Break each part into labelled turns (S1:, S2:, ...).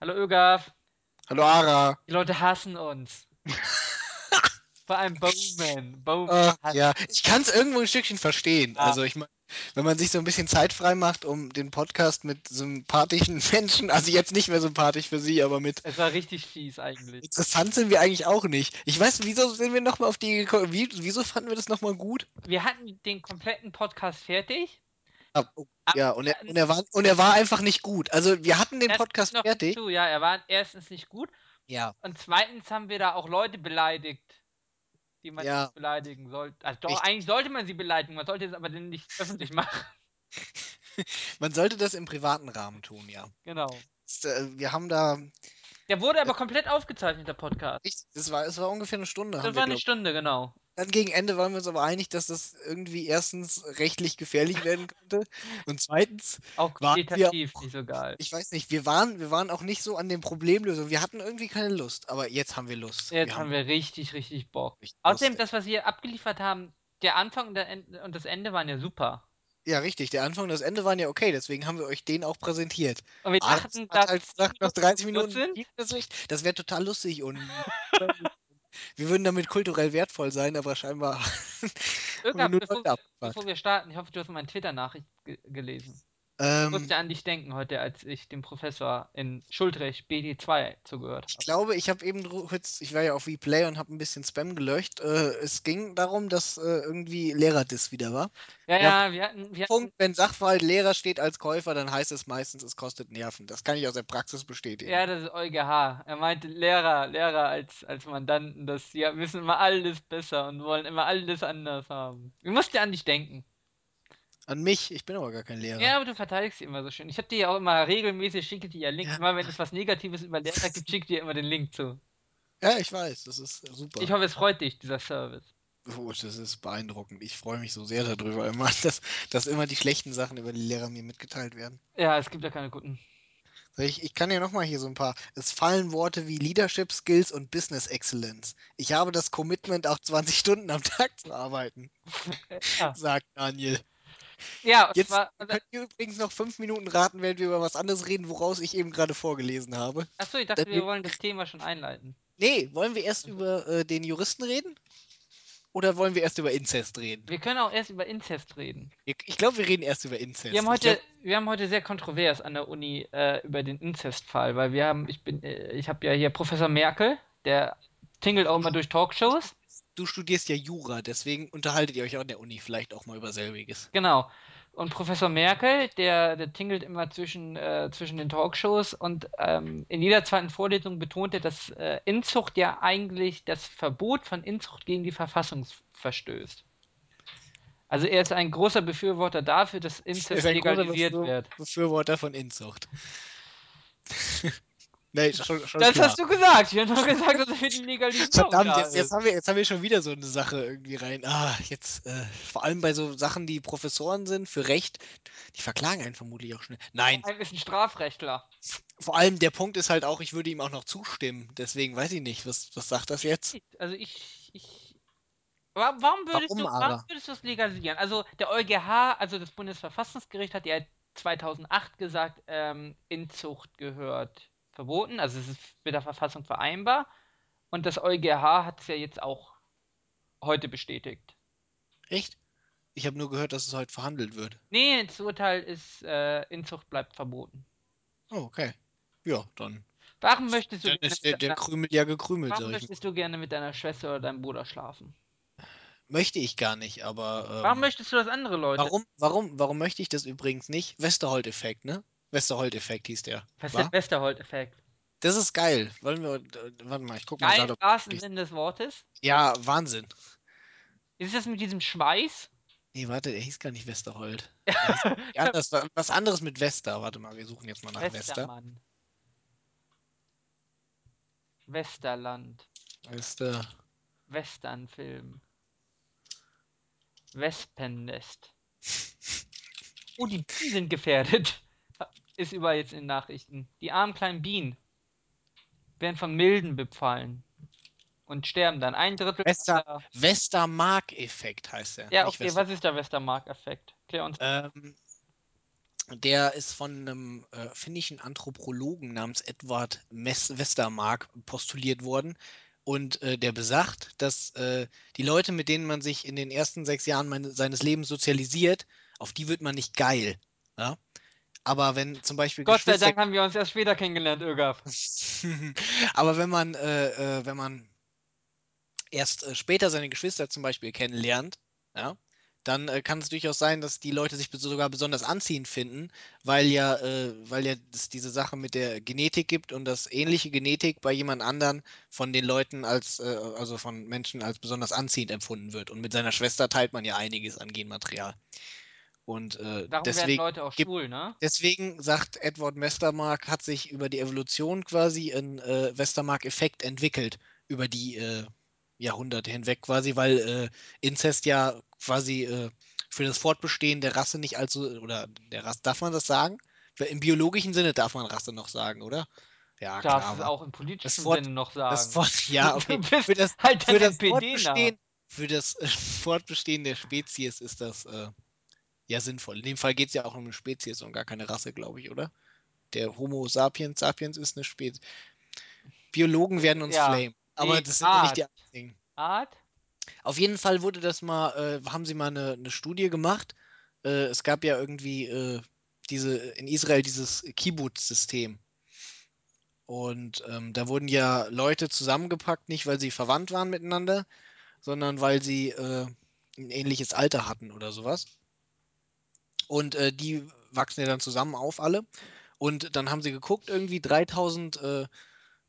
S1: Hallo Ögaf,
S2: Hallo Ara.
S1: die Leute hassen uns. Vor allem Bowman. Bowman
S2: Ach,
S1: hasst
S2: Ah, ja, ich kann es irgendwo ein Stückchen verstehen.
S1: Ja.
S2: Also ich meine, wenn man sich so ein bisschen Zeit frei macht, um den Podcast mit sympathischen Menschen, also jetzt nicht mehr sympathisch für Sie, aber mit
S1: Es war richtig fies eigentlich.
S2: interessant sind wir eigentlich auch nicht. Ich weiß, wieso sind wir nochmal auf die gekommen? Wie, wieso fanden wir das nochmal gut?
S1: Wir hatten den kompletten Podcast fertig.
S2: Ah, oh,
S1: aber
S2: Ja, und er,
S1: wir
S2: und er war und er war einfach nicht gut. Also wir hatten den
S1: Das kommt
S2: Podcast
S1: noch
S2: fertig.
S1: hinzu, ja, er war erstens nicht gut
S2: Ja,
S1: und zweitens haben wir da auch Leute beleidigt, die man
S2: ja,
S1: nicht beleidigen sollte. Also doch,
S2: richtig.
S1: eigentlich sollte man sie beleidigen, man sollte es aber dann nicht öffentlich machen.
S2: Man sollte das im privaten Rahmen tun, ja.
S1: Genau.
S2: Das, äh, Wir haben da,
S1: Der wurde
S2: Äh.
S1: aber komplett aufgezeichnet, der Podcast.
S2: richtig, das war, es war ungefähr eine Stunde,
S1: Das
S2: haben
S1: war
S2: wir,
S1: eine
S2: glaube ich.
S1: Stunde, genau.
S2: Dann gegen Ende waren wir uns aber einig, dass das irgendwie erstens rechtlich gefährlich werden könnte und zweitens
S1: Auch
S2: waren wir,
S1: qualitativ nicht so geil.
S2: ich weiß nicht, wir waren, wir waren auch nicht so an den Problemlösungen. Wir hatten irgendwie keine Lust, aber jetzt haben wir Lust. Wir
S1: Jetzt
S2: haben
S1: haben wir richtig, richtig Bock.
S2: richtig Lust.
S1: Außerdem, das, was wir abgeliefert haben, der Anfang und, der End und das Ende waren ja super.
S2: Ja, richtig. Der Anfang und das Ende waren ja okay, deswegen haben wir euch den auch präsentiert.
S1: Und wir
S2: Aris
S1: dachten,
S2: hat
S1: dass
S2: halt gesagt, nach 30
S1: gut
S2: Minuten
S1: sind.
S2: gibt es nicht. Das wäre total lustig und wir würden damit kulturell wertvoll sein, aber scheinbar haben wir
S1: Irgab,
S2: nur
S1: bevor
S2: Leute
S1: wir,
S2: abgefragt.
S1: bevor wir starten, ich hoffe, du hast meine Twitter-Nachricht ge gelesen. Ich
S2: Ähm,
S1: musste an dich denken heute, als ich dem Professor in Schuldrecht BD2 zugehört
S2: Ich
S1: habe.
S2: glaube, ich habe eben dr- kurz, ich war ja auf WePlay und habe ein bisschen Spam gelöscht. Äh, es ging darum, dass äh, irgendwie Lehrerdiss wieder war.
S1: Ja,
S2: Wir
S1: ja,
S2: haben
S1: wir hatten, wir hatten,
S2: Punkt, wenn Sachverhalt Lehrer steht als Käufer, dann heißt es meistens, es kostet Nerven. Das kann ich aus der Praxis bestätigen.
S1: ja, das ist EuGH. Er meinte Lehrer, Lehrer als, als Mandanten, dass sie wissen immer alles besser und wollen immer alles anders haben. Ich musste an dich denken.
S2: An mich, ich bin aber gar kein
S1: Ja,
S2: Lehrer.
S1: aber du verteidigst sie immer so schön. Ich habe dir ja auch immer regelmäßig, schicke dir ja Links.
S2: Ja,
S1: Immer wenn es was Negatives über Lehrer gibt, schicke dir immer den Link zu.
S2: ja ich weiß, das ist
S1: Ich
S2: super.
S1: hoffe, es freut dich, dieser Service.
S2: Oh, das ist beeindruckend. Ich freue mich so sehr darüber immer, dass, dass immer die schlechten Sachen über die Lehrer mir mitgeteilt werden.
S1: Ja, es gibt ja keine guten.
S2: Soll Ich, ich kann ja nochmal hier so ein paar. Es fallen Worte wie Leadership Skills und Business Excellence. Ich habe das Commitment, auch 20 Stunden am Tag zu arbeiten,
S1: Ja,
S2: sagt Daniel.
S1: ja und
S2: Jetzt
S1: zwar. also, und-
S2: könnt ihr übrigens noch fünf Minuten raten, während wir über was anderes reden, woraus ich eben gerade vorgelesen habe.
S1: Achso, ich
S2: Dann,
S1: dachte, wir wollen das Thema schon einleiten.
S2: nee, wollen wir erst
S1: Also,
S2: über äh, den Juristen reden oder wollen wir erst über Inzest reden?
S1: wir können auch erst über Inzest reden.
S2: Ich, ich glaube, wir reden erst über
S1: Wir haben
S2: Inzest. Ich glaube,
S1: heute, wir haben heute sehr kontrovers an der Uni äh, über den Inzestfall, weil wir haben, ich bin, äh, ich habe ja hier Professor Merkel, der tingelt auch immer durch Talkshows.
S2: du studierst ja Jura, deswegen unterhaltet ihr euch auch in der Uni vielleicht auch mal über selbiges.
S1: Genau. Und Professor Merkel, der, der tingelt immer zwischen, äh, zwischen den Talkshows und ähm, in jeder zweiten Vorlesung betont er, dass äh, Inzucht ja eigentlich das Verbot von Inzucht gegen die Verfassung verstößt. Also er ist ein großer Befürworter dafür, dass
S2: Er ist
S1: Inzest
S2: ein großer
S1: legalisiert
S2: Befür
S1: wird.
S2: Befürworter von Inzucht. Nee, schon, schon
S1: Das
S2: klar.
S1: hast du gesagt. Ich habe nur gesagt, dass er für die Legalisierung
S2: Verdammt,
S1: da
S2: jetzt, jetzt
S1: ist.
S2: haben wir, jetzt haben wir schon wieder so eine Sache irgendwie rein. Ah, jetzt, äh, vor allem bei so Sachen, die Professoren sind, für Recht, die verklagen einen vermutlich auch schnell. Nein,
S1: Er ist ein Strafrechtler.
S2: vor allem der Punkt ist halt auch, ich würde ihm auch noch zustimmen. Deswegen weiß ich nicht, was, was sagt das jetzt?
S1: Also ich, ich, Wa- Warum würdest
S2: Warum
S1: du, warum
S2: aber?
S1: würdest du es legalisieren? Also der EuGH, also das Bundesverfassungsgericht, hat ja 2008 gesagt, ähm, Inzucht gehört verboten. Also es ist mit der Verfassung vereinbar. Und das EuGH hat es ja jetzt auch heute bestätigt.
S2: Echt? Ich habe nur gehört, dass es heute verhandelt wird.
S1: Nee, das Urteil ist, äh, Inzucht bleibt verboten.
S2: Oh, okay. Ja, dann.
S1: Warum möchtest du
S2: Dann
S1: gerne
S2: ist
S1: mit
S2: der, der
S1: deiner,
S2: Krümel ja gekrümelt,
S1: warum
S2: sag ich mal.
S1: möchtest du gerne mit deiner Schwester oder deinem Bruder schlafen?
S2: Möchte ich gar nicht, aber
S1: Warum
S2: ähm,
S1: möchtest du, dass andere Leute?
S2: warum, warum, warum möchte ich das übrigens nicht? Westerhold-Effekt, ne? Westerhold-Effekt hieß der,
S1: Was ist der
S2: war?
S1: Westerhold-Effekt?
S2: Das ist geil. Wollen wir, äh, warte mal, ich guck mal
S1: Geil
S2: gerade,
S1: im
S2: ob.
S1: wahrsten Sinne des Wortes.
S2: Ja, Wahnsinn.
S1: Ist das mit diesem Schweiß?
S2: Nee, warte, der hieß gar nicht Westerhold. Der hieß ja, anders, wa- was anderes mit Wester. Warte mal, wir suchen jetzt mal nach Wester.
S1: Westermann. Westerland.
S2: Wester.
S1: Westernfilm. Wespennest. Oh, die Bienen sind gefährdet. Ist überall jetzt in den Nachrichten. Die armen kleinen Bienen werden von Milden befallen und sterben dann. Ein Drittel
S2: Wester,
S1: aller.
S2: Westermark-Effekt heißt er,
S1: Ja,
S2: nicht
S1: okay,
S2: Wester. Äh,
S1: was ist der Westermark-Effekt? Klär uns auf.
S2: Ähm, Der ist von einem äh, finnischen Anthropologen namens Edward Mess Westermark postuliert worden. Und äh, der besagt, dass äh, die Leute, mit denen man sich in den ersten sechs Jahren meine, seines Lebens sozialisiert, auf die wird man nicht geil. Ja? Aber wenn zum Beispiel
S1: Gott sei
S2: Geschwister-
S1: Dank haben wir uns erst später kennengelernt, Ögaf.
S2: Aber wenn man, äh, äh, wenn man erst äh, später seine Geschwister zum Beispiel kennenlernt, ja, dann äh, kann es durchaus sein, dass die Leute sich bes- sogar besonders anziehend finden, weil ja, äh, weil ja es diese Sache mit der Genetik gibt und dass ähnliche Genetik bei jemand anderen von den Leuten als, äh, also von Menschen als besonders anziehend empfunden wird. Und mit seiner Schwester teilt man ja einiges an Genmaterial. Und äh,
S1: Darum werden
S2: deswegen
S1: Leute auch
S2: gibt-
S1: schwul, ne?
S2: Deswegen sagt Edward Westermark, hat sich über die Evolution quasi ein äh, Westermark-Effekt entwickelt, über die äh, Jahrhunderte hinweg quasi, weil äh, Inzest ja quasi äh, für das Fortbestehen der Rasse nicht allzu, oder der Rasse, darf man das sagen? Im biologischen Sinne darf man Rasse noch sagen, oder? Ja, klar.
S1: Darfst du es
S2: aber-
S1: auch im politischen
S2: Wort-
S1: Sinne noch
S2: das
S1: sagen.
S2: Wort, ja, okay.
S1: Du bist
S2: Für das,
S1: halt
S2: für
S1: ein
S2: das,
S1: NPD -Nah.
S2: Fortbestehen, für das äh, Fortbestehen der Spezies ist das äh, ja sinnvoll. In dem Fall geht es ja auch um eine Spezies und gar keine Rasse, glaube ich, oder? Der Homo sapiens sapiens ist eine Spezies. Biologen werden uns
S1: Ja,
S2: flame, aber
S1: die
S2: das sind noch nicht die
S1: Art.
S2: einzigen.
S1: Art?
S2: Auf jeden Fall wurde das mal, äh, haben sie mal eine, eine Studie gemacht. Äh, es gab ja irgendwie äh, diese, in Israel dieses Kibbutz-System. Und ähm, da wurden ja Leute zusammengepackt, nicht weil sie verwandt waren miteinander, sondern weil sie äh, ein ähnliches Alter hatten oder sowas. Und äh, die wachsen ja dann zusammen auf alle. Und dann haben sie geguckt, irgendwie 3000 äh,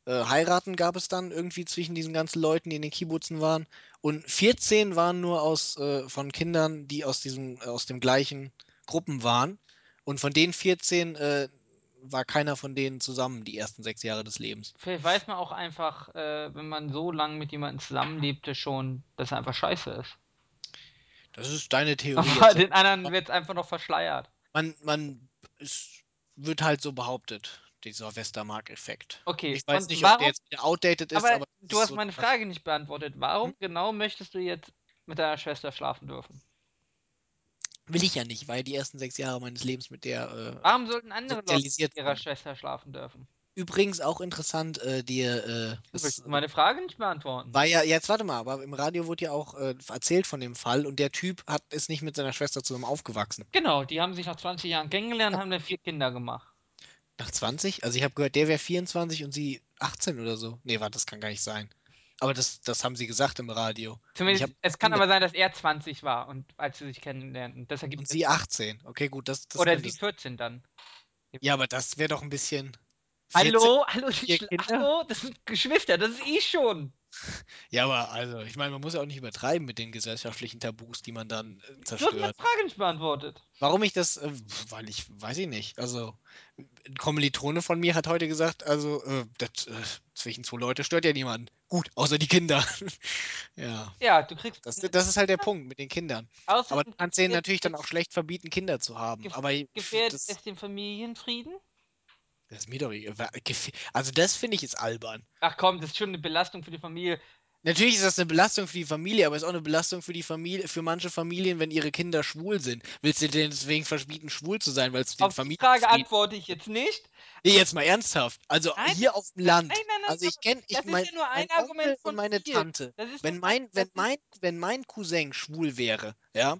S2: äh, Heiraten gab es dann irgendwie zwischen diesen ganzen Leuten, die in den Kibbutzen waren. Und 14 waren nur aus, äh, von Kindern, die aus, diesem, äh, aus dem gleichen Gruppen waren. Und von den 14 äh, war keiner von denen zusammen die ersten sechs Jahre des Lebens.
S1: Vielleicht weiß man auch einfach, äh, wenn man so lange mit jemandem zusammenlebte, schon, dass er einfach scheiße ist.
S2: Das ist deine Theorie.
S1: Aber
S2: Jetzt.
S1: den anderen wird es einfach noch verschleiert.
S2: Man, man es wird halt so behauptet, dieser Westermark-Effekt.
S1: Okay,
S2: Ich weiß
S1: und
S2: nicht, ob
S1: warum,
S2: der jetzt wieder outdated ist,
S1: aber,
S2: aber, es
S1: du
S2: ist
S1: hast
S2: so- Hm?
S1: meine Frage nicht beantwortet. Warum genau möchtest du jetzt mit deiner Schwester schlafen dürfen?
S2: will ich ja nicht, weil die ersten sechs Jahre meines Lebens mit der äh,
S1: Warum sollten andere Leute mit
S2: sozialisiert
S1: ihrer
S2: worden.
S1: Schwester schlafen dürfen?
S2: Übrigens auch interessant, äh, die, äh,
S1: Du
S2: es
S1: willst meine Frage nicht beantworten.
S2: war ja, jetzt warte mal, aber im Radio wurde ja auch äh, erzählt von dem Fall und der Typ hat, ist nicht mit seiner Schwester zusammen aufgewachsen.
S1: Genau, die haben sich nach 20 Jahren kennengelernt, haben dann vier Kinder gemacht.
S2: Nach 20? Also ich habe gehört, der wäre 24 und sie 18 oder so. Nee, warte, das kann gar nicht sein. Aber das, das haben sie gesagt im Radio.
S1: Zumindest,
S2: Und ich hab-
S1: es kann aber sein, dass er 20 war und als sie sich kennenlernten. Das ergibt
S2: Und sie 18. Okay, gut, das, das
S1: Oder
S2: könnte
S1: sie
S2: es-
S1: 14 dann.
S2: Ja, aber das wäre doch ein bisschen. 14
S1: Hallo, hallo, die
S2: vier
S1: Schla-
S2: Kinder?
S1: hallo, das sind Geschwister, das ist ich schon.
S2: Ja, aber also, ich meine, man muss ja auch nicht übertreiben mit den gesellschaftlichen Tabus, die man dann äh,
S1: Du hast meine
S2: zerstört.
S1: Frage nicht beantwortet.
S2: Warum ich das, äh, pf, weil ich, weiß ich nicht. Also, ein Kommilitone von mir hat heute gesagt, also, äh, das, äh, zwischen zwei Leute stört ja niemand. Gut, außer die Kinder. ja,
S1: Ja, du kriegst.
S2: das, das ist halt der Punkt mit den Kindern.
S1: außerdem
S2: Aber du kannst denen
S1: gefährdet
S2: natürlich dann
S1: es-
S2: auch schlecht verbieten, Kinder zu haben.
S1: Gef-
S2: Aber ich-
S1: Gefährdet
S2: das,
S1: es den Familienfrieden?
S2: das ist mir doch, egal. Gef- also das finde ich ist albern.
S1: Ach komm, das ist schon eine Belastung für die Familie.
S2: Natürlich ist das eine Belastung für die Familie, aber es ist auch eine Belastung für die Familie, für manche Familien, wenn ihre Kinder schwul sind. Willst du denen deswegen verbieten, schwul zu sein, weil es den
S1: Auf die Frage
S2: Familienfrieden.
S1: antworte ich jetzt nicht.
S2: Nee, jetzt mal ernsthaft. Also
S1: Nein,
S2: hier auf dem Land.
S1: Nein, nein, nein,
S2: Also ich kenne ich
S1: das ist
S2: mein,
S1: ja nur ein
S2: mein
S1: Argument
S2: Onkel
S1: von
S2: und meine
S1: vielen.
S2: Tante.
S1: das ist
S2: Wenn
S1: nur ein-
S2: mein, wenn
S1: das ist-
S2: mein, wenn mein Cousin schwul wäre, ja,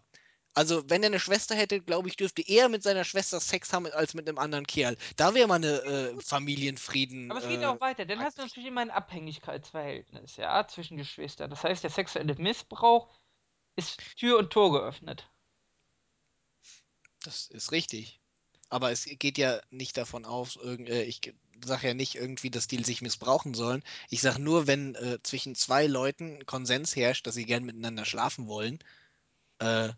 S2: also wenn er eine Schwester hätte, glaube ich, dürfte er mit seiner Schwester Sex haben als mit einem anderen Kerl. Da wäre mal eine äh, Familienfrieden.
S1: Aber es geht
S2: äh,
S1: ja auch weiter. Dann hast du
S2: praktisch.
S1: natürlich immer ein Abhängigkeitsverhältnis, ja, zwischen Geschwistern. Das heißt, der sexuelle Missbrauch ist Tür und Tor geöffnet.
S2: Das ist richtig. Aber es geht ja nicht davon aus, irgend, äh, ich sage ja nicht irgendwie, dass die sich missbrauchen sollen. Ich sage nur, wenn äh, zwischen zwei Leuten Konsens herrscht, dass sie gern miteinander schlafen wollen, äh,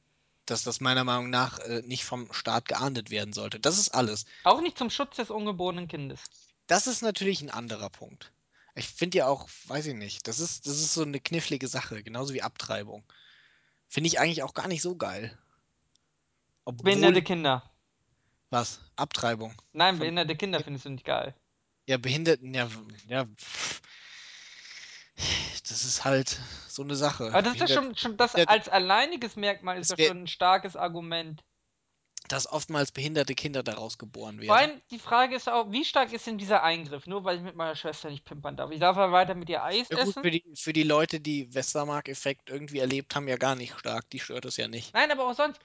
S2: dass das meiner Meinung nach äh, nicht vom Staat geahndet werden sollte. Das ist alles.
S1: Auch nicht zum Schutz des ungeborenen Kindes.
S2: Das ist natürlich ein anderer Punkt. Ich finde ja auch, weiß ich nicht, das ist, das ist so eine knifflige Sache, genauso wie Abtreibung. Finde ich eigentlich auch gar nicht so geil.
S1: Behinderte
S2: Obwohl,
S1: Kinder.
S2: was? Abtreibung.
S1: Nein,
S2: Von-
S1: behinderte Kinder findest du nicht geil.
S2: Ja, Behinderten, ja, ja, pff. das ist halt so eine Sache.
S1: Aber das ist ja
S2: Behindert-
S1: schon, schon das
S2: Behindert-
S1: als alleiniges Merkmal ist
S2: das
S1: ja
S2: wär-
S1: schon ein starkes Argument.
S2: dass oftmals behinderte Kinder daraus geboren
S1: Vor
S2: werden.
S1: allem die Frage ist auch, wie stark ist denn dieser Eingriff? Nur weil ich mit meiner Schwester nicht pimpern darf. Ich darf ja weiter mit ihr Eis
S2: Ja, gut,
S1: essen.
S2: für die, für die Leute, die Westermark-Effekt irgendwie erlebt haben, ja gar nicht stark. Die stört es ja nicht.
S1: Nein, aber auch sonst.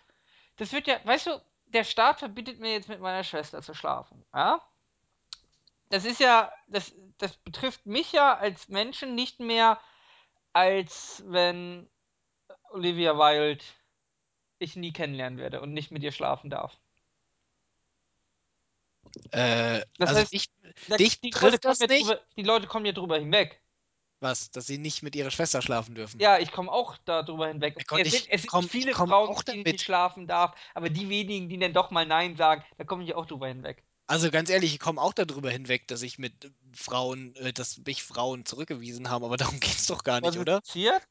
S1: Das wird ja, weißt du, der Staat verbietet mir jetzt mit meiner Schwester zu schlafen. Ja? Das ist ja, das, das betrifft mich ja als Menschen nicht mehr, als wenn Olivia Wilde ich nie kennenlernen werde und nicht mit ihr schlafen darf.
S2: Äh,
S1: Das
S2: also
S1: heißt-
S2: ich,
S1: Da-
S2: Dich
S1: die, kommen
S2: trifft das
S1: ja
S2: nicht?
S1: Drüber, die Leute kommen ja drüber hinweg.
S2: was, dass sie nicht mit ihrer Schwester schlafen dürfen.
S1: Ja, ich komme auch da drüber hinweg.
S2: Ja, Gott,
S1: es
S2: Hm. ich
S1: sind, es sind
S2: komm- ich
S1: viele
S2: komm
S1: Frauen,
S2: auch
S1: die
S2: damit.
S1: nicht schlafen darf, aber die wenigen, die dann doch mal Nein sagen, da komme ich auch drüber hinweg.
S2: Also ganz ehrlich, ich komme auch darüber hinweg, dass ich mit äh, Frauen, äh, dass mich Frauen zurückgewiesen haben, aber darum geht's doch gar nicht,
S1: Was ist
S2: oder?
S1: passiert?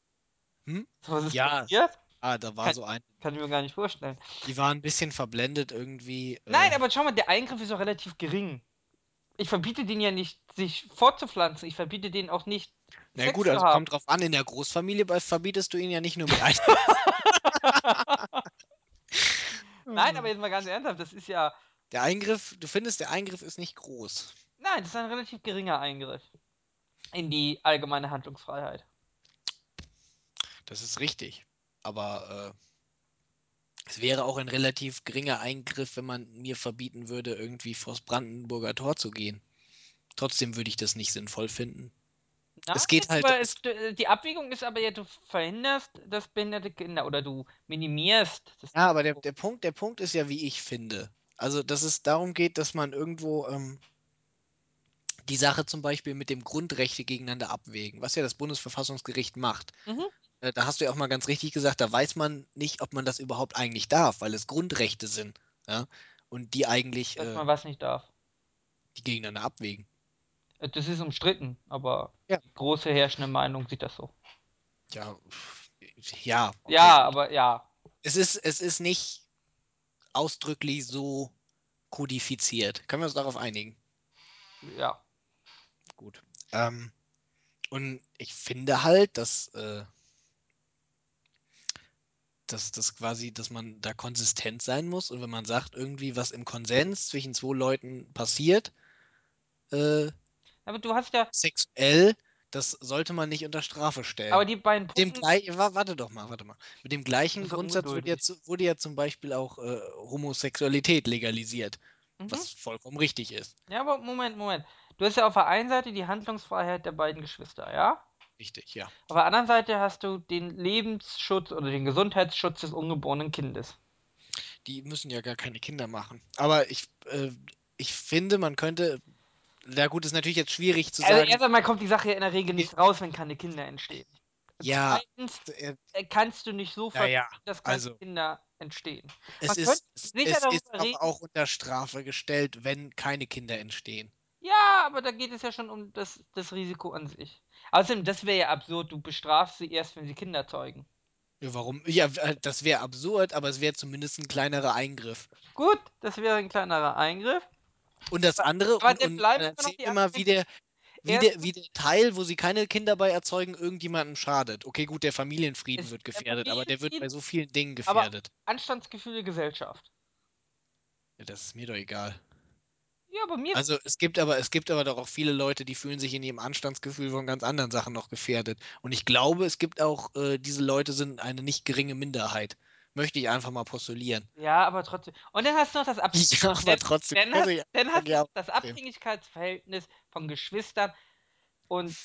S2: Hm?
S1: Was ist
S2: Ja. Äh.
S1: passiert?
S2: Ah, da war
S1: Kann-
S2: so ein.
S1: Kann ich mir gar nicht vorstellen.
S2: Die waren ein bisschen verblendet irgendwie. Äh,
S1: Nein, aber schau mal, der Eingriff ist auch relativ gering. Ich verbiete denen ja nicht, sich fortzupflanzen. Ich verbiete denen auch nicht,
S2: na
S1: Sex
S2: gut,
S1: zu
S2: also
S1: haben.
S2: kommt drauf an, in der Großfamilie be- verbietest du ihn ja nicht nur mit einem.
S1: Nein, aber jetzt mal ganz ernsthaft, das ist ja.
S2: Der Eingriff, du findest, der Eingriff ist nicht groß.
S1: Nein, das ist ein relativ geringer Eingriff in die allgemeine Handlungsfreiheit.
S2: Das ist richtig. Aber äh, es wäre auch ein relativ geringer Eingriff, wenn man mir verbieten würde, irgendwie vors Brandenburger Tor zu gehen. Trotzdem würde ich das nicht sinnvoll finden. Es geht
S1: ist
S2: halt-
S1: Aber es, die Abwägung ist aber ja, du verhinderst, dass behinderte Kinder oder du minimierst. Das
S2: Ja, aber der, der Punkt, der Punkt ist ja, wie ich finde. Also, dass es darum geht, dass man irgendwo ähm, die Sache zum Beispiel mit dem Grundrechte gegeneinander abwägen, was ja das Bundesverfassungsgericht macht.
S1: Mhm.
S2: Äh, Da hast du ja auch mal ganz richtig gesagt, da weiß man nicht, ob man das überhaupt eigentlich darf, weil es Grundrechte sind. Ja? Und die eigentlich
S1: dass
S2: äh,
S1: man was nicht darf. Äh,
S2: die gegeneinander abwägen.
S1: Das ist umstritten, aber
S2: Ja.
S1: die große herrschende Meinung sieht das so.
S2: Ja, pff, ja. okay.
S1: Ja, ähm. aber ja.
S2: Es ist, es ist nicht ausdrücklich so kodifiziert. Können wir uns darauf einigen?
S1: Ja.
S2: Gut. Ähm, und ich finde halt, dass, äh, dass das quasi, dass man da konsistent sein muss und wenn man sagt, irgendwie was im Konsens zwischen zwei Leuten passiert, äh,
S1: Aber du hast ja.
S2: sexuell, das sollte man nicht unter Strafe stellen.
S1: Aber die beiden
S2: Mit dem
S1: Punkten.
S2: gleich, wa- warte doch mal, warte mal. Mit dem gleichen
S1: Also
S2: Grundsatz wurde ja,
S1: ungeduldig.
S2: zu- wurde ja zum Beispiel auch äh, Homosexualität legalisiert,
S1: Mhm.
S2: was vollkommen richtig ist.
S1: Ja, aber Moment, Moment. Du hast ja auf der einen Seite die Handlungsfreiheit der beiden Geschwister, ja?
S2: Richtig, ja.
S1: Auf der anderen Seite hast du den Lebensschutz oder den Gesundheitsschutz des ungeborenen Kindes.
S2: Die müssen ja gar keine Kinder machen. Aber ich, äh, ich finde, man könnte. Na gut, ist natürlich jetzt schwierig zu
S1: Also
S2: sagen.
S1: erst einmal kommt die Sache ja in der Regel nicht raus, wenn keine Kinder entstehen.
S2: ja,
S1: Zweitens
S2: äh,
S1: äh, kannst du nicht so
S2: ja, ja.
S1: dass keine
S2: also-
S1: Kinder entstehen.
S2: Es
S1: Man
S2: ist,
S1: könnte
S2: es,
S1: sicher
S2: es
S1: darüber
S2: ist
S1: reden.
S2: aber auch unter Strafe gestellt, wenn keine Kinder entstehen.
S1: Ja, aber da geht es ja schon um das, das Risiko an sich. Außerdem, das wäre ja absurd, du bestrafst sie erst, wenn sie Kinder zeugen.
S2: Ja, warum? Ja, äh, das wäre absurd, aber es wäre zumindest ein kleinerer Eingriff.
S1: Gut, das wäre ein kleinerer Eingriff.
S2: Und das andere,
S1: aber
S2: und,
S1: der
S2: und
S1: bleibt
S2: man
S1: immer noch
S2: erzählt
S1: die
S2: immer, wie der, wie, der,
S1: Erstens-
S2: wie der Teil, wo sie keine Kinder bei erzeugen, irgendjemandem schadet. Okay, gut, der Familienfrieden
S1: Es-
S2: wird
S1: der
S2: gefährdet, aber der wird bei
S1: Familienfrieden-
S2: so vielen Dingen
S1: Aber-
S2: gefährdet.
S1: Anstandsgefühle Gesellschaft.
S2: Ja, das ist mir doch egal.
S1: Ja, aber mir
S2: Also es gibt aber, es gibt aber doch auch viele Leute, die fühlen sich in ihrem Anstandsgefühl von ganz anderen Sachen noch gefährdet. Und ich glaube, es gibt auch, äh, diese Leute sind eine nicht geringe Minderheit. Möchte ich einfach mal postulieren.
S1: Ja, aber trotzdem. Und dann hast du noch das, Ab
S2: Ja, aber trotzdem.
S1: dann
S2: Also,
S1: hast-
S2: ja,
S1: dann hast
S2: ja,
S1: du das
S2: trotzdem.
S1: Abhängigkeitsverhältnis von Geschwistern und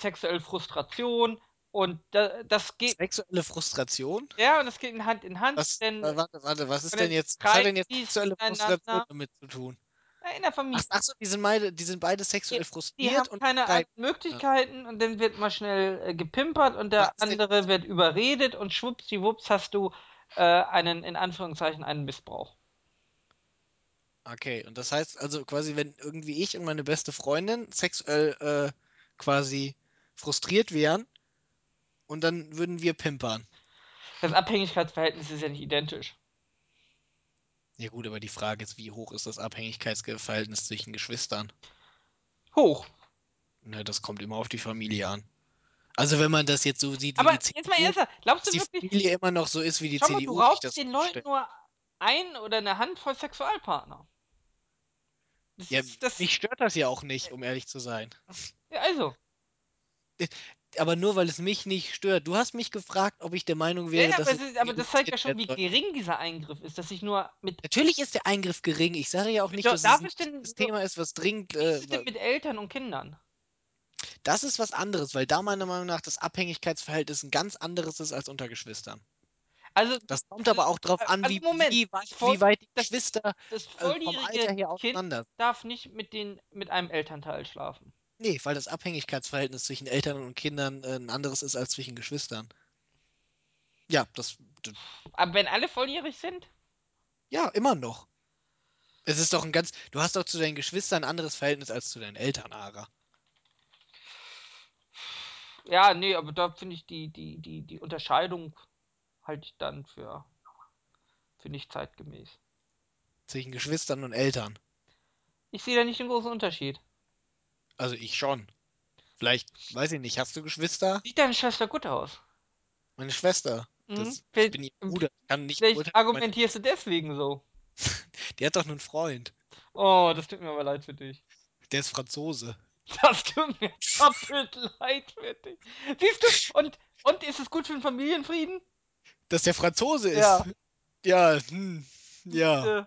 S1: sexuelle Frustration und da, das geht
S2: Sexuelle Frustration?
S1: ja und das geht in Hand in Hand,
S2: Was,
S1: denn
S2: äh, warte, warte, was ist
S1: und dann
S2: denn jetzt, was hat denn jetzt
S1: streiten die
S2: sexuelle Frustration
S1: miteinander.
S2: damit zu tun?
S1: na, in der Familie
S2: Ach, ach so, die sind beide, die sind beide sexuell
S1: Hm. die
S2: frustriert
S1: haben
S2: und
S1: keine
S2: streiten.
S1: anderen Möglichkeiten und dann wird mal schnell äh, gepimpert und der
S2: Was ist denn-
S1: andere wird überredet und schwuppsiwupps hast du äh, einen in Anführungszeichen einen Missbrauch.
S2: Okay, und das heißt also quasi, wenn irgendwie ich und meine beste Freundin sexuell äh, quasi frustriert wären und dann würden wir pimpern.
S1: Das Abhängigkeitsverhältnis ist ja nicht identisch.
S2: Ja gut, aber die Frage ist, wie hoch ist das Abhängigkeitsverhältnis zwischen Geschwistern?
S1: Hoch.
S2: Ne, das kommt immer auf die Familie an. Also wenn man das jetzt so sieht, wie
S1: Aber
S2: die
S1: jetzt mal
S2: CDU,
S1: ernsthaft, glaubst
S2: dass
S1: du
S2: die
S1: wirklich,
S2: Familie immer noch so ist wie die
S1: schau mal,
S2: CDU.
S1: du
S2: sich
S1: raubst
S2: das
S1: den
S2: vorstellt.
S1: Leuten nur ein oder eine Handvoll Sexualpartner. Das
S2: Ja,
S1: ist, das,
S2: mich stört das ja auch nicht, um ehrlich zu sein.
S1: ja, also.
S2: Aber nur weil es mich nicht stört. Du hast mich gefragt, ob ich der Meinung
S1: Ja,
S2: wäre,
S1: ja,
S2: dass.
S1: aber,
S2: es
S1: das ist, aber das zeigt ja schon, wie
S2: werden soll.
S1: gering dieser Eingriff ist, dass ich nur mit,
S2: Natürlich ist der Eingriff gering. Ich sage ja auch nicht,
S1: Ja,
S2: dass
S1: darf
S2: es
S1: ich denn-
S2: das Thema ist, was dringend.
S1: was
S2: Äh,
S1: ist denn mit Eltern und Kindern?
S2: das ist was anderes, weil da meiner Meinung nach das Abhängigkeitsverhältnis ein ganz anderes ist als unter Geschwistern.
S1: Also,
S2: Das kommt aber auch darauf an,
S1: Also
S2: wie,
S1: Moment,
S2: wie, weit,
S1: voll-
S2: wie weit die
S1: das-
S2: Geschwister
S1: das
S2: äh, vom Alter
S1: volljährige
S2: her
S1: Kind
S2: auseinander
S1: darf nicht mit, den, mit einem Elternteil schlafen.
S2: Nee, weil das Abhängigkeitsverhältnis zwischen Eltern und Kindern äh, ein anderes ist als zwischen Geschwistern. Ja, das, d-
S1: Aber wenn alle volljährig sind?
S2: ja, immer noch. Es ist doch ein ganz, du hast doch zu deinen Geschwistern ein anderes Verhältnis als zu deinen Eltern, Ara.
S1: Ja, nee, aber da finde ich die, die, die, die Unterscheidung halte ich dann für, für nicht zeitgemäß.
S2: Zwischen Geschwistern und Eltern.
S1: Ich sehe da nicht den großen Unterschied.
S2: Also ich schon. Vielleicht, weiß ich nicht, hast du Geschwister?
S1: Sieht deine Schwester gut aus?
S2: Meine Schwester.
S1: Mhm.
S2: Das ich
S1: Vielleicht-
S2: bin ihr Bruder. Ich kann nicht
S1: Vielleicht
S2: beurteilen,
S1: argumentierst du deswegen so.
S2: weil- Die hat doch einen Freund.
S1: Oh, das tut mir aber leid für dich.
S2: Der ist Franzose.
S1: Das tut mir doppelt leid für dich. Siehst du, und, und ist es gut für den Familienfrieden?
S2: Dass der Franzose ist.
S1: Ja.
S2: Ja, hm, ja.
S1: Äh,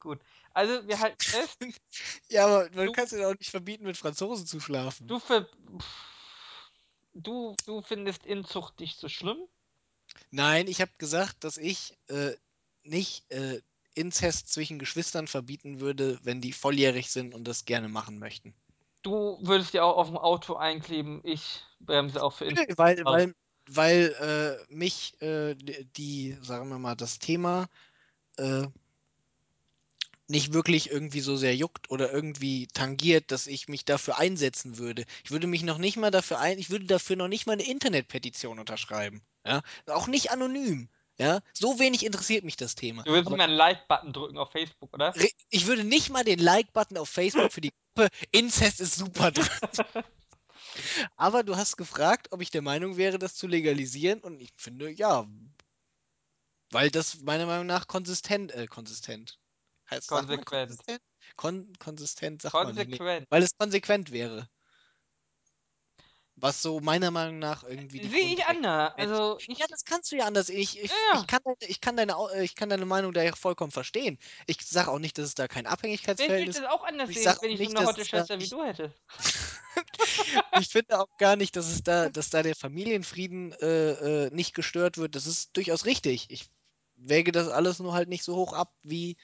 S1: gut. Also, wir halten fest,
S2: Ja, aber man
S1: Du-
S2: kann es ja auch nicht verbieten, mit Franzosen zu schlafen.
S1: du, ver du, du findest Inzucht nicht so schlimm.
S2: Nein, ich habe gesagt, dass ich äh, nicht äh, Inzest zwischen Geschwistern verbieten würde, wenn die volljährig sind und das gerne machen möchten.
S1: Du würdest dir auch auf dem Auto einkleben, ich bremse auch für Inzucht.
S2: Weil, weil, weil äh, mich äh, die, sagen wir mal, das Thema äh, nicht wirklich irgendwie so sehr juckt oder irgendwie tangiert, dass ich mich dafür einsetzen würde. Ich würde mich noch nicht mal dafür ein, ich würde dafür noch nicht mal eine Internetpetition unterschreiben. Ja? Auch nicht anonym. Ja? So wenig interessiert mich das Thema.
S1: Du würdest
S2: Aber-
S1: nicht mal einen Like-Button drücken auf Facebook, oder?
S2: Ri- Ich würde nicht mal den Like-Button auf Facebook für die Gruppe Inzest ist super drücken. Aber du hast gefragt, ob ich der Meinung wäre, das zu legalisieren und ich finde, ja. Weil das meiner Meinung nach konsistent, äh, konsistent. Heißt, sagt man
S1: Konsequent.
S2: Konsistent, Kon konsistent sagt man. Nee.
S1: Konsequent.
S2: Weil es konsequent wäre. Was so meiner Meinung nach irgendwie die
S1: Sehe ich
S2: Grundrechte-
S1: anders. Also, ich,
S2: ja, das kannst du ja anders. Ich, ich,
S1: Ja.
S2: ich, kann, deine- ich, kann, deine, Au- äh, ich kann deine Meinung da ja vollkommen verstehen. Ich sage auch nicht, dass es da kein
S1: vielleicht würde ich
S2: Abhängigkeitsverhältnis
S1: das auch anders
S2: Ich
S1: sehen,
S2: sag auch
S1: wenn ich
S2: nicht,
S1: so eine
S2: dass
S1: hotte
S2: es äh, da
S1: Schwester wie
S2: nicht-
S1: du hätte.
S2: Ich finde auch gar nicht, dass es da, dass da der Familienfrieden äh, äh, nicht gestört wird. Das ist durchaus richtig. Ich wäge das alles nur halt nicht so hoch ab wie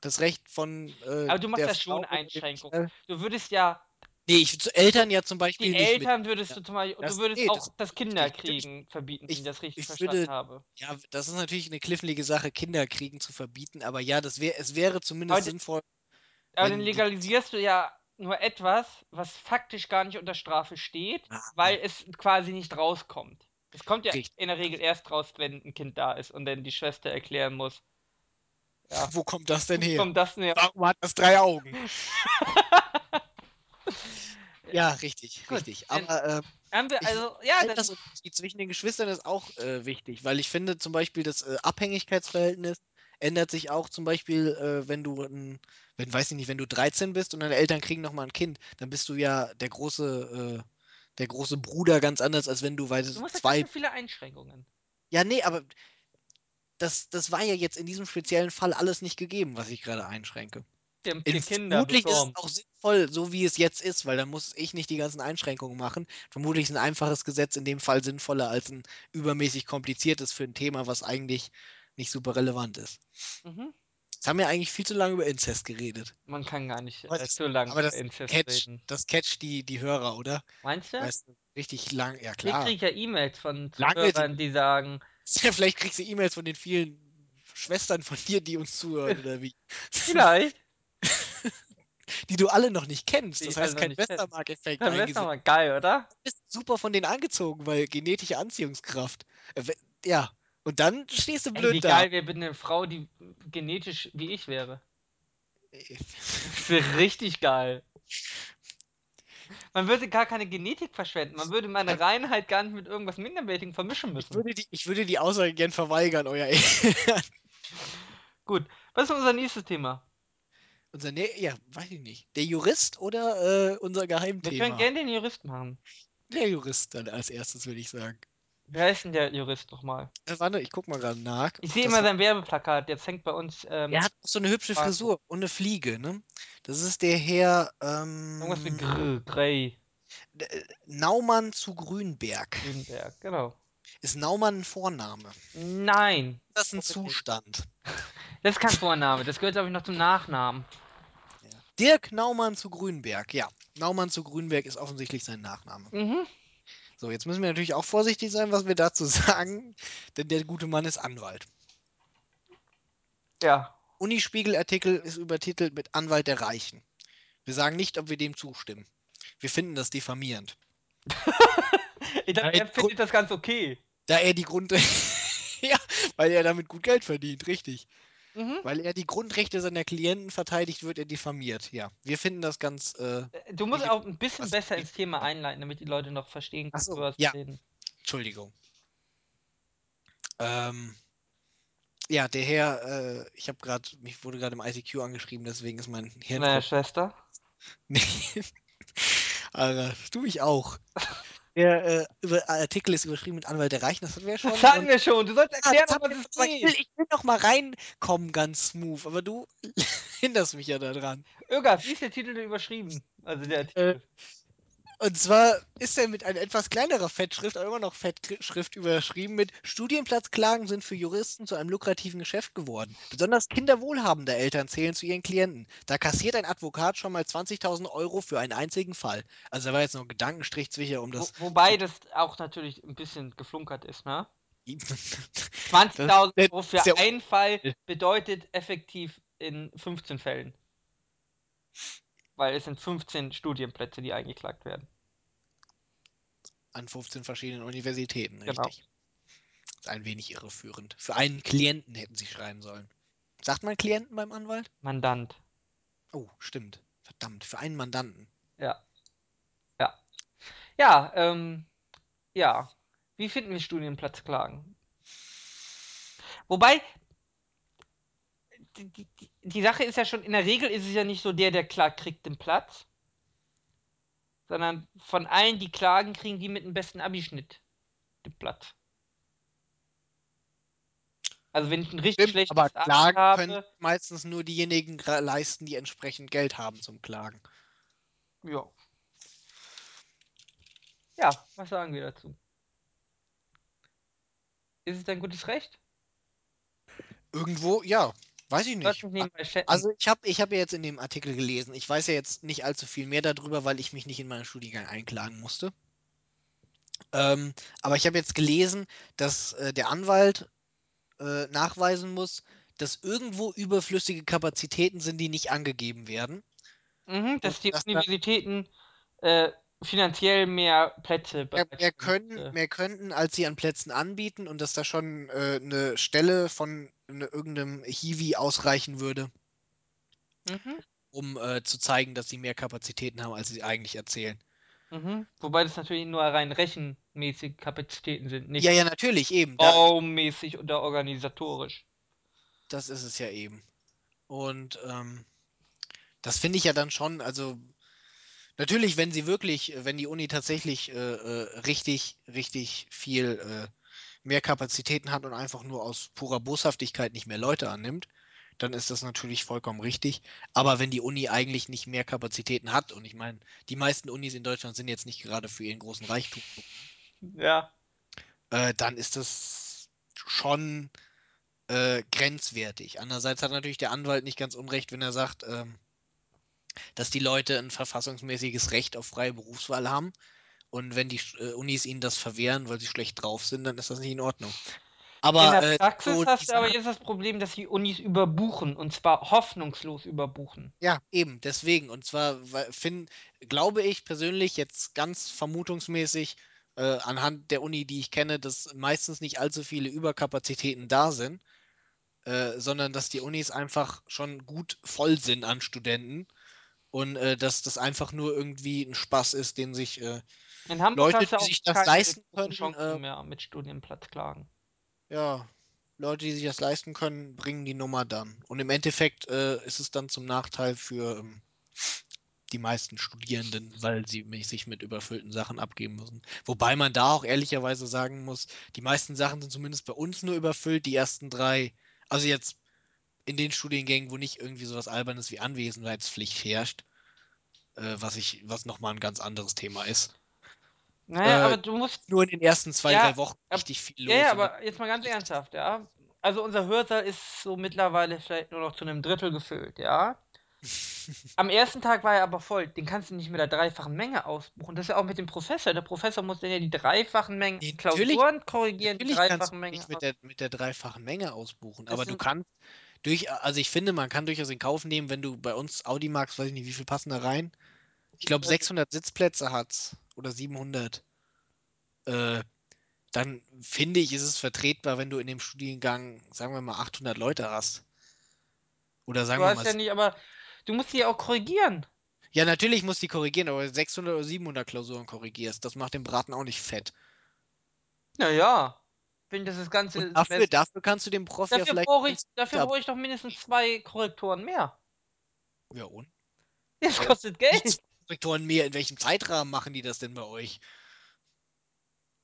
S2: das Recht von. Äh,
S1: Aber du machst
S2: der
S1: da schon
S2: Frau oder dem-
S1: Einschränkungen. Du würdest ja,
S2: Nee, ich zu Eltern ja zum
S1: die
S2: Beispiel nicht
S1: Eltern würdest du zum Beispiel,
S2: Das-
S1: du würdest
S2: nee,
S1: auch
S2: das
S1: das, Kinderkriegen
S2: Natürlich.
S1: verbieten,
S2: Ich-
S1: wenn ich das richtig
S2: ich
S1: verstanden
S2: würde-
S1: habe.
S2: mit. Ja, das ist natürlich eine knifflige Sache, Kinderkriegen zu verbieten, aber ja, das wär, es wäre zumindest
S1: Aber d-
S2: sinnvoll.
S1: Aber
S2: wenn
S1: dann
S2: die-
S1: legalisierst du ja nur etwas, was faktisch gar nicht unter Strafe steht,
S2: Ah.
S1: weil es quasi nicht rauskommt. Es kommt ja
S2: Richtig.
S1: in der Regel erst raus, wenn ein Kind da ist und dann die Schwester erklären muss, ja.
S2: Wo kommt das denn her?
S1: kommt das näher.
S2: Warum hat das drei Augen? ja, richtig,
S1: Gut,
S2: richtig.
S1: dann-
S2: Aber äh,
S1: Haben wir
S2: Ich-
S1: also, ja,
S2: Alter,
S1: das,
S2: das Unterschied zwischen den Geschwistern ist auch äh, wichtig, weil ich finde zum Beispiel das äh, Abhängigkeitsverhältnis ändert sich auch zum Beispiel, äh, wenn du, ein, wenn, weiß ich nicht, wenn du 13 bist und deine Eltern kriegen nochmal ein Kind, dann bist du ja der große, äh, der große Bruder ganz anders, als wenn du, weißt,
S1: du machst ja ganz
S2: zwei.
S1: schön viele Einschränkungen.
S2: Ja, nee, aber das, das war ja jetzt in diesem speziellen Fall alles nicht gegeben, was ich gerade einschränke.
S1: Die haben
S2: In-
S1: vier Kinder
S2: Vermutlich ist
S1: bekommen.
S2: es auch sinnvoll, so wie es jetzt ist, weil dann muss ich nicht die ganzen Einschränkungen machen. Vermutlich ist ein einfaches Gesetz in dem Fall sinnvoller als ein übermäßig kompliziertes für ein Thema, was eigentlich nicht super relevant ist.
S1: Mhm.
S2: Jetzt haben wir eigentlich viel zu lange über Inzest geredet.
S1: Man kann gar nicht
S2: Aber
S1: äh,
S2: das-
S1: so lange
S2: aber das
S1: über Inzest
S2: Catch,
S1: reden.
S2: das catcht die, die Hörer, oder?
S1: Meinst du?
S2: Weißt du, richtig lang, ja
S1: ich
S2: klar.
S1: kriege ja E-Mails von
S2: Lange
S1: Zuhörern, die sagen,
S2: Vielleicht kriegst du E-Mails von den vielen Schwestern von dir, die uns zuhören, oder wie?
S1: vielleicht,
S2: Die du alle noch nicht kennst.
S1: Die
S2: Das
S1: ich alle
S2: heißt,
S1: noch
S2: kein
S1: nicht kenn.
S2: Westermark-Effekt
S1: dann wär's
S2: eingesetzt.
S1: nochmal geil, oder?
S2: bist super von denen angezogen, weil genetische Anziehungskraft. Äh, we- ja. Und dann stehst du
S1: Ey, wie
S2: blöd da.
S1: geil wäre bitte eine Frau, die genetisch wie ich wäre.
S2: Äh,
S1: Das wäre richtig geil. Man würde gar keine Genetik verschwenden. Man würde meine Reinheit gar nicht mit irgendwas Minderwertigem vermischen
S2: Ich
S1: müssen.
S2: würde die, ich würde die Aussage gern verweigern, euer Ehren.
S1: Gut, was ist unser nächstes Thema?
S2: Unser, ne ja, weiß ich nicht. Der Jurist oder äh, unser
S1: Wir können
S2: Geheimthema?
S1: gerne den Jurist machen.
S2: Der Jurist dann als erstes, würde ich sagen.
S1: Wer ist denn der Jurist nochmal?
S2: Äh, warte, ich guck mal gerade nach.
S1: Ich
S2: ob
S1: sehe
S2: das-
S1: immer sein Werbeplakat. Jetzt hängt bei uns ähm,
S2: Er hat auch so eine hübsche
S1: Warte.
S2: Frisur und eine Fliege, ne? Das ist der Herr
S1: irgendwas mit
S2: ähm,
S1: Gr, Grey,
S2: D- äh, Naumann zu Grünberg.
S1: Grünberg. Genau.
S2: Ist Naumann ein Vorname? Ist
S1: Nein,
S2: das ein
S1: Offensichtlich.
S2: Zustand?
S1: das ist kein Vorname. Das gehört, glaube ich, noch zum Nachnamen.
S2: Dirk Naumann zu Grünberg, ja. Naumann zu Grünberg ist offensichtlich sein Nachname.
S1: Mhm.
S2: So, jetzt müssen wir natürlich auch vorsichtig sein, was wir dazu sagen, denn der gute Mann ist Anwalt.
S1: Ja.
S2: Unispiegel-Artikel ist übertitelt mit Anwalt der Reichen. Wir sagen nicht, ob wir dem zustimmen. Wir finden das diffamierend.
S1: Ich dachte,
S2: Nein,
S1: er findet das ganz okay.
S2: Da er die Grund... ja, weil er damit gut Geld verdient, richtig.
S1: Mhm.
S2: Weil er die Grundrechte seiner Klienten verteidigt, wird er diffamiert, ja. Wir finden das ganz... Äh,
S1: Du musst auch ein bisschen
S2: Was-
S1: besser ins Thema einleiten, damit die Leute noch verstehen,
S2: Ach so,
S1: über was
S2: ja.
S1: wir reden.
S2: Entschuldigung. Ähm, ja, der Herr, äh, ich habe gerade, mich wurde gerade im ICQ angeschrieben, deswegen ist mein Hirn.
S1: Meine Schwester.
S2: Nee. Alter, du mich auch. Der äh, über, Artikel ist überschrieben mit Anwalt der Reichen, das hatten wir ja schon.
S1: Das hatten
S2: und-
S1: wir schon. Du sollst
S2: Ah,
S1: erklären,
S2: das
S1: was
S2: hatten wir
S1: das
S2: schon. ich, will,
S1: ist.
S2: ich will noch mal reinkommen, ganz smooth, aber du hinderst mich ja daran.
S1: Irgas, wie ist der Titel denn überschrieben? Also der
S2: Äh,
S1: Titel.
S2: Und zwar ist er mit einer etwas kleinerer Fettschrift, aber immer noch Fettschrift überschrieben mit Studienplatzklagen sind für Juristen zu einem lukrativen Geschäft geworden. Besonders Kinder wohlhabender Eltern zählen zu ihren Klienten. Da kassiert ein Advokat schon mal 20.000 Euro für einen einzigen Fall. Also da war jetzt noch ein Gedankenstrich sicher, um
S1: Wo,
S2: das...
S1: wobei das auch natürlich ein bisschen geflunkert ist, ne?
S2: das
S1: 20.000
S2: Das-
S1: Euro
S2: ist ja
S1: für einen Fall bedeutet effektiv in 15 Fällen. Weil es sind 15 Studienplätze, die eingeklagt werden.
S2: an 15 verschiedenen Universitäten,
S1: Genau.
S2: richtig. Ist ein wenig irreführend. Für einen Klienten hätten sie schreiben sollen. Sagt man Klienten beim Anwalt?
S1: Mandant.
S2: Oh, stimmt. Verdammt, für einen Mandanten.
S1: Ja. Ja. Ja, ähm, ja. Wie finden wir Studienplatzklagen? Wobei, die, die, die- die Sache ist ja schon, in der Regel ist es ja nicht so der, der klagt, kriegt den Platz. Sondern von allen, die klagen, kriegen die mit dem besten Abischnitt den Platz. Also wenn ich ein richtig
S2: Stimmt,
S1: schlechtes
S2: aber
S1: Abi
S2: klagen
S1: habe,
S2: können meistens nur diejenigen gra- leisten, die entsprechend Geld haben zum Klagen.
S1: Ja. Ja, was sagen wir dazu? Ist es dein gutes Recht?
S2: Irgendwo, ja, weiß ich
S1: Lass
S2: nicht.
S1: mich nebenbei schätzen.
S2: Also ich habe ich hab ja jetzt in dem Artikel gelesen, ich weiß ja jetzt nicht allzu viel mehr darüber, weil ich mich nicht in meinen Studiengang einklagen musste. Ähm, aber ich habe jetzt gelesen, dass äh, der Anwalt äh, nachweisen muss, dass irgendwo überflüssige Kapazitäten sind, die nicht angegeben werden.
S1: mhm, dass die
S2: das-
S1: Universitäten äh, finanziell mehr Plätze
S2: Mehr, mehr,
S1: bereitstellen müsste.
S2: können, mehr könnten, als sie an Plätzen anbieten und dass da schon äh, eine Stelle von ne, irgendeinem Hiwi ausreichen würde,
S1: Mhm,
S2: um äh, zu zeigen, dass sie mehr Kapazitäten haben, als sie eigentlich erzählen.
S1: mhm. Wobei das natürlich nur rein rechenmäßig Kapazitäten sind, nicht Oh,
S2: Ja, ja, natürlich, eben. Da,
S1: raummäßig oder organisatorisch.
S2: Das ist es ja eben. Und ähm, das finde ich ja dann schon, also natürlich, wenn sie wirklich, äh, wenn die Uni tatsächlich äh, äh, richtig, richtig viel äh, mehr Kapazitäten hat und einfach nur aus purer Boshaftigkeit nicht mehr Leute annimmt, dann ist das natürlich vollkommen richtig. Aber wenn die Uni eigentlich nicht mehr Kapazitäten hat, und ich meine, die meisten Unis in Deutschland sind jetzt nicht gerade für ihren großen Reichtum,
S1: Ja.
S2: äh, dann ist das schon äh, grenzwertig. Andererseits hat natürlich der Anwalt nicht ganz unrecht, wenn er sagt, ähm, dass die Leute ein verfassungsmäßiges Recht auf freie Berufswahl haben. Und wenn die äh, Unis ihnen das verwehren, weil sie schlecht drauf sind, dann ist das nicht in Ordnung.
S1: In
S2: Aber
S1: der
S2: äh,
S1: Praxis
S2: so die
S1: hast du aber
S2: Sache-
S1: jetzt das Problem, dass die Unis überbuchen und zwar hoffnungslos überbuchen.
S2: ja, eben, deswegen. Und zwar weil- fin- glaube ich persönlich jetzt ganz vermutungsmäßig äh, anhand der Uni, die ich kenne, dass meistens nicht allzu viele Überkapazitäten da sind, äh, sondern dass die Unis einfach schon gut voll sind an Studenten und äh, dass das einfach nur irgendwie ein Spaß ist, den sich äh,
S1: In Hamburg
S2: Leute,
S1: hast du
S2: die
S1: auch
S2: sich das
S1: keine
S2: leisten
S1: guten
S2: können,
S1: Chancen
S2: äh,
S1: mehr mit Studienplatz klagen.
S2: ja, Leute, die sich das leisten können, bringen die Nummer dann. Und im Endeffekt äh, ist es dann zum Nachteil für ähm, die meisten Studierenden, weil sie mi- sich mit überfüllten Sachen abgeben müssen. Wobei man da auch ehrlicherweise sagen muss, die meisten Sachen sind zumindest bei uns nur überfüllt. Die ersten drei, also jetzt in den Studiengängen, wo nicht irgendwie sowas Albernes wie Anwesenheitspflicht herrscht, äh, was ich, was nochmal ein ganz anderes Thema ist.
S1: Naja,
S2: Äh,
S1: aber du musst.
S2: Nur in den ersten zwei,
S1: Ja,
S2: drei Wochen
S1: ab-
S2: richtig viel los. ne?
S1: Ja, ja,
S2: und dann-
S1: aber jetzt mal ganz ernsthaft, ja. Also unser Hörsaal ist so mittlerweile vielleicht nur noch zu einem Drittel gefüllt, ja. Am ersten Tag war er aber voll. Den kannst du nicht mit der dreifachen Menge ausbuchen. Das ist ja auch mit dem Professor. Der Professor muss dann ja die dreifachen Mengen
S2: Nee, natürlich-
S1: Klausuren korrigieren, die
S2: Natürlich kannst du
S1: dreifachen Mengen.
S2: nicht mit der, mit der dreifachen Menge ausbuchen,
S1: Das
S2: aber du
S1: sind-
S2: kannst durch, also ich finde, man kann durchaus in Kauf nehmen, wenn du bei uns Audi magst, weiß ich nicht, wie viel passen da rein? Ich glaube,
S1: Also-
S2: 600 Sitzplätze hat's oder 700. Äh, dann finde ich, ist es vertretbar, wenn du in dem Studiengang, sagen wir mal, 800 Leute hast. Oder sagen
S1: Du
S2: wir
S1: hast
S2: mal,
S1: ja nicht, aber du musst die ja auch korrigieren.
S2: ja, natürlich muss die korrigieren, aber 600 oder 700 Klausuren korrigierst, das macht den Braten auch nicht fett.
S1: Naja, wenn das das ganze
S2: Und dafür,
S1: Semester-
S2: dafür kannst du dem Prof ja
S1: dafür
S2: vielleicht.
S1: brauche ich,
S2: ganz
S1: dafür
S2: ab-
S1: brauche ich doch mindestens zwei Korrektoren mehr.
S2: ja, und?
S1: Das
S2: Ja.
S1: kostet Geld.
S2: Korrektoren mehr. In welchem Zeitrahmen machen die das denn bei euch?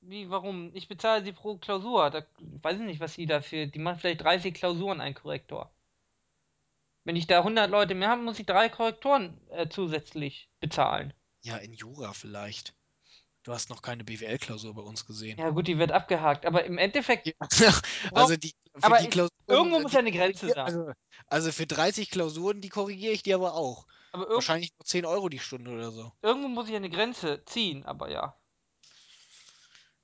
S1: Wie, warum? Ich bezahle sie pro Klausur. Da weiß ich nicht, was sie dafür. Die machen vielleicht 30 Klausuren ein Korrektor. Wenn ich da 100 Leute mehr habe, muss ich drei Korrektoren äh, zusätzlich bezahlen.
S2: Ja, in Jura vielleicht. Du hast noch keine BWL-Klausur bei uns gesehen.
S1: Ja, gut, die wird abgehakt. Aber im Endeffekt,
S2: also die, für
S1: Aber
S2: die
S1: ich-
S2: Klausuren,
S1: irgendwo
S2: äh, die
S1: muss ja eine Grenze
S2: korrigier-
S1: sein.
S2: Also, also für 30 Klausuren, die korrigiere ich dir aber auch.
S1: Aber irg
S2: Wahrscheinlich nur 10 Euro die Stunde oder so.
S1: irgendwo muss ich eine Grenze ziehen. Aber ja.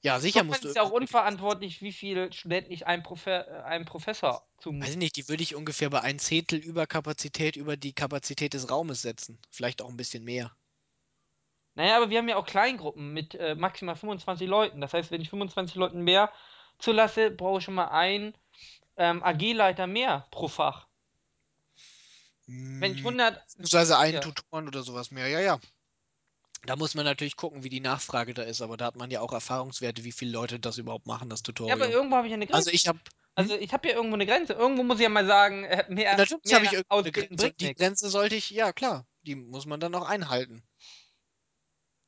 S2: Ja, sicher
S1: Insofern
S2: musst du.
S1: ist ja auch unverantwortlich, wie viel Studenten ich einem, Profe äh, einem Professor
S2: Weiß
S1: zumute.
S2: ich nicht, die würde ich ungefähr bei ein Zehntel Überkapazität über die Kapazität des Raumes setzen. Vielleicht auch ein bisschen mehr.
S1: Naja, aber wir haben ja auch Kleingruppen mit äh, maximal 25 Leuten. Das heißt, wenn ich 25 Leuten mehr zulasse, brauche ich schon mal einen ähm, AG-Leiter mehr pro Fach. Wenn ich
S2: Hm.
S1: 100.
S2: Beziehungsweise einen
S1: Ja.
S2: Tutoren oder sowas mehr. Ja, ja. Da muss man natürlich gucken, wie die Nachfrage da ist, aber da hat man ja auch Erfahrungswerte, wie viele Leute das überhaupt machen, das
S1: Ja,
S2: Tutorium.
S1: aber irgendwo habe ich ja eine Grenze.
S2: also ich habe
S1: Also, ich habe ja irgendwo eine Grenze. Irgendwo muss ich ja mal sagen, äh, mehr.
S2: natürlich
S1: mehr
S2: habe ich irgendeine
S1: ausgeben
S2: Grenze.
S1: bringt
S2: Und die
S1: nichts.
S2: Grenze sollte ich, ja klar, die muss man dann auch einhalten.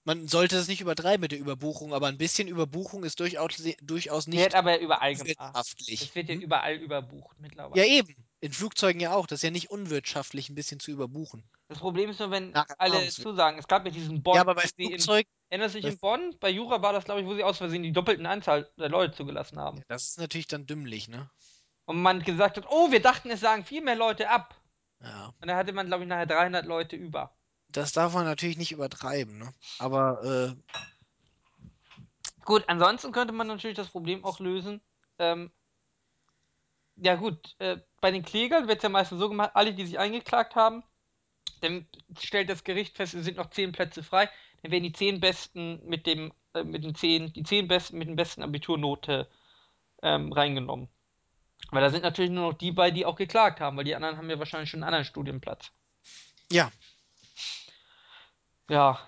S2: Man sollte es nicht übertreiben mit der Überbuchung, aber ein bisschen Überbuchung ist durchaus, durchaus nicht
S1: Wird aber überall gemacht.
S2: wirtschaftlich.
S1: Es wird ja
S2: Hm?
S1: überall überbucht mittlerweile.
S2: Ja, eben. In Flugzeugen ja auch. Das ist ja nicht unwirtschaftlich, ein bisschen zu überbuchen.
S1: Das Problem ist nur, wenn
S2: Nach
S1: alle
S2: Erfahrungswert.
S1: zusagen. Es gab ja diesen Bonn.
S2: ja, aber bei
S1: wo sie in-
S2: Flugzeug,
S1: Erinnerst du dich
S2: Das-
S1: in Bonn? Bei Jura war das, glaube ich, wo sie aus Versehen die doppelten Anzahl der Leute zugelassen haben.
S2: das ist natürlich dann dümmlich, ne?
S1: Und man gesagt hat, oh, wir dachten, es sagen viel mehr Leute ab.
S2: Ja.
S1: Und dann hatte man, glaube ich, nachher 300 Leute über.
S2: Das darf man natürlich nicht übertreiben, ne? Aber äh,
S1: Gut, ansonsten könnte man natürlich das Problem auch lösen. Ähm, ja gut, äh, bei den Klägern wird es ja meistens so gemacht, alle, die sich eingeklagt haben, dann stellt das Gericht fest, es sind noch 10 Plätze frei, dann werden die 10 Besten mit dem, äh, mit den 10, die 10 Besten mit den besten Abiturnote ähm, reingenommen. Weil da sind natürlich nur noch die bei, die auch geklagt haben, weil die anderen haben ja wahrscheinlich schon einen anderen Studienplatz.
S2: ja.
S1: Ja.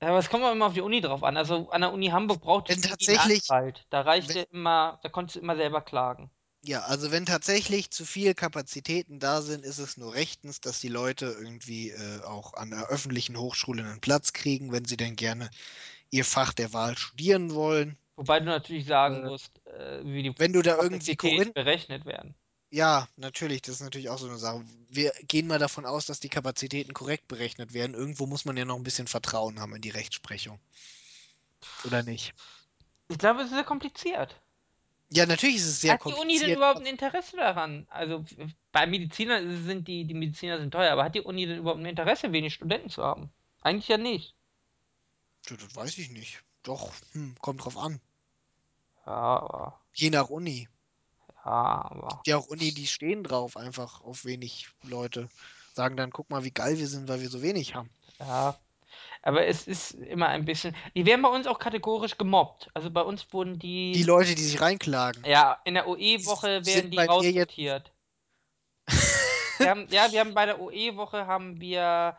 S1: Ja, Aber es kommt auch immer auf die Uni drauf an. Also an der Uni Hamburg braucht
S2: Wenn tatsächlich-
S1: Anwalt. Da reichte
S2: wenn-
S1: immer, da konntest du immer selber klagen.
S2: Ja, also wenn tatsächlich zu viel Kapazitäten da sind, ist es nur rechtens, dass die Leute irgendwie äh, auch an der öffentlichen Hochschule einen Platz kriegen, wenn sie denn gerne ihr Fach der Wahl studieren wollen.
S1: Wobei du natürlich sagen
S2: Äh,
S1: musst, äh, wie die
S2: Wenn du da irgendwie
S1: Kapazitäten
S2: Korinth,
S1: berechnet werden.
S2: ja, natürlich, das ist natürlich auch so eine Sache. Wir gehen mal davon aus, dass die Kapazitäten korrekt berechnet werden. Irgendwo muss man ja noch ein bisschen Vertrauen haben in die Rechtsprechung. Oder nicht?
S1: Ich glaube, es ist sehr kompliziert.
S2: Ja, natürlich ist es sehr
S1: hat die Uni denn
S2: kompliziert.
S1: überhaupt ein Interesse daran? Also f- bei Medizinern sind die, die Mediziner sind teuer, aber hat die Uni denn überhaupt ein Interesse, wenig Studenten zu haben? Eigentlich ja nicht.
S2: Tja, Das weiß ich nicht. Doch, hm, kommt drauf an.
S1: Ja, aber.
S2: Je nach Uni.
S1: Ja, aber.
S2: ja auch Uni, die stehen drauf einfach auf wenig Leute. Sagen dann, guck mal, wie geil wir sind, weil wir so wenig haben.
S1: Ja. Aber es ist immer ein bisschen. Die werden bei uns auch kategorisch gemobbt. Also bei uns wurden die.
S2: Die Leute, die sich reinklagen.
S1: ja, in der OE-Woche
S2: Sind
S1: werden die
S2: bei dir jetzt-
S1: raussortiert. wir haben, ja, wir haben bei der OE-Woche haben wir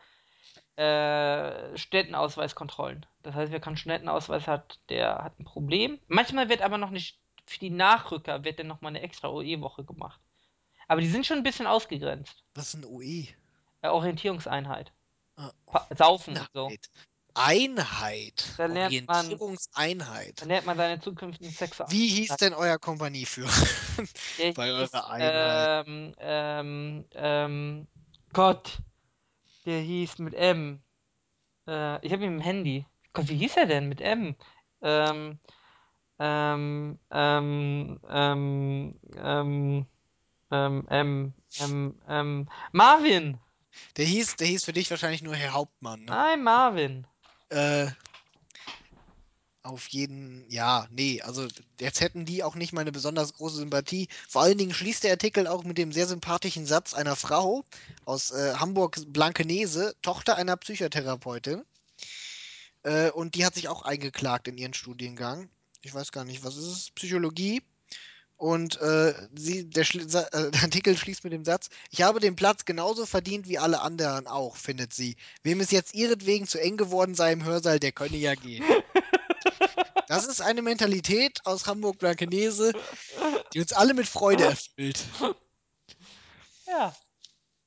S1: äh, Städtenausweiskontrollen. Das heißt, wer keinen Städtenausweis hat, der hat ein Problem. Manchmal wird aber noch nicht, für die Nachrücker wird dann nochmal eine extra OE-Woche gemacht. Aber die sind schon ein bisschen ausgegrenzt.
S2: Was ist ein E? OE?
S1: Äh, Orientierungseinheit.
S2: Ah,
S1: Pa Saufen und so.
S2: Einheit. Einheit.
S1: Da lernt man-
S2: Orientierungseinheit.
S1: Dann lernt man seine zukünftigen Sexer.
S2: Wie hieß denn euer Kompaniefführer?
S1: Der
S2: bei
S1: hieß,
S2: eurer Einheit?
S1: Ähm, ähm, ähm, Gott. Der hieß mit M. Äh, ich habe ihn im Handy. Gott, wie hieß er denn mit M? Ähm, ähm, ähm, ähm, ähm, ähm, ähm, ähm, ähm, Marvin!
S2: Der hieß, der hieß für dich wahrscheinlich nur Herr Hauptmann. Ne?
S1: Nein, Marvin!
S2: Äh, auf jeden, ja, nee, also jetzt hätten die auch nicht mal eine besonders große Sympathie. Vor allen Dingen schließt der Artikel auch mit dem sehr sympathischen Satz einer Frau aus äh, Hamburg-Blankenese, Tochter einer Psychotherapeutin. Äh, und die hat sich auch eingeklagt in ihren Studiengang. Ich weiß gar nicht, was ist es? Psychologie. Und äh, sie, der, Schli- Sa- äh, der Artikel schließt mit dem Satz, ich habe den Platz genauso verdient wie alle anderen auch, findet sie. Wem es jetzt ihretwegen zu eng geworden sei im Hörsaal, der könne ja gehen. Das ist eine Mentalität aus Hamburg-Blankenese, die uns alle mit Freude erfüllt.
S1: Ja.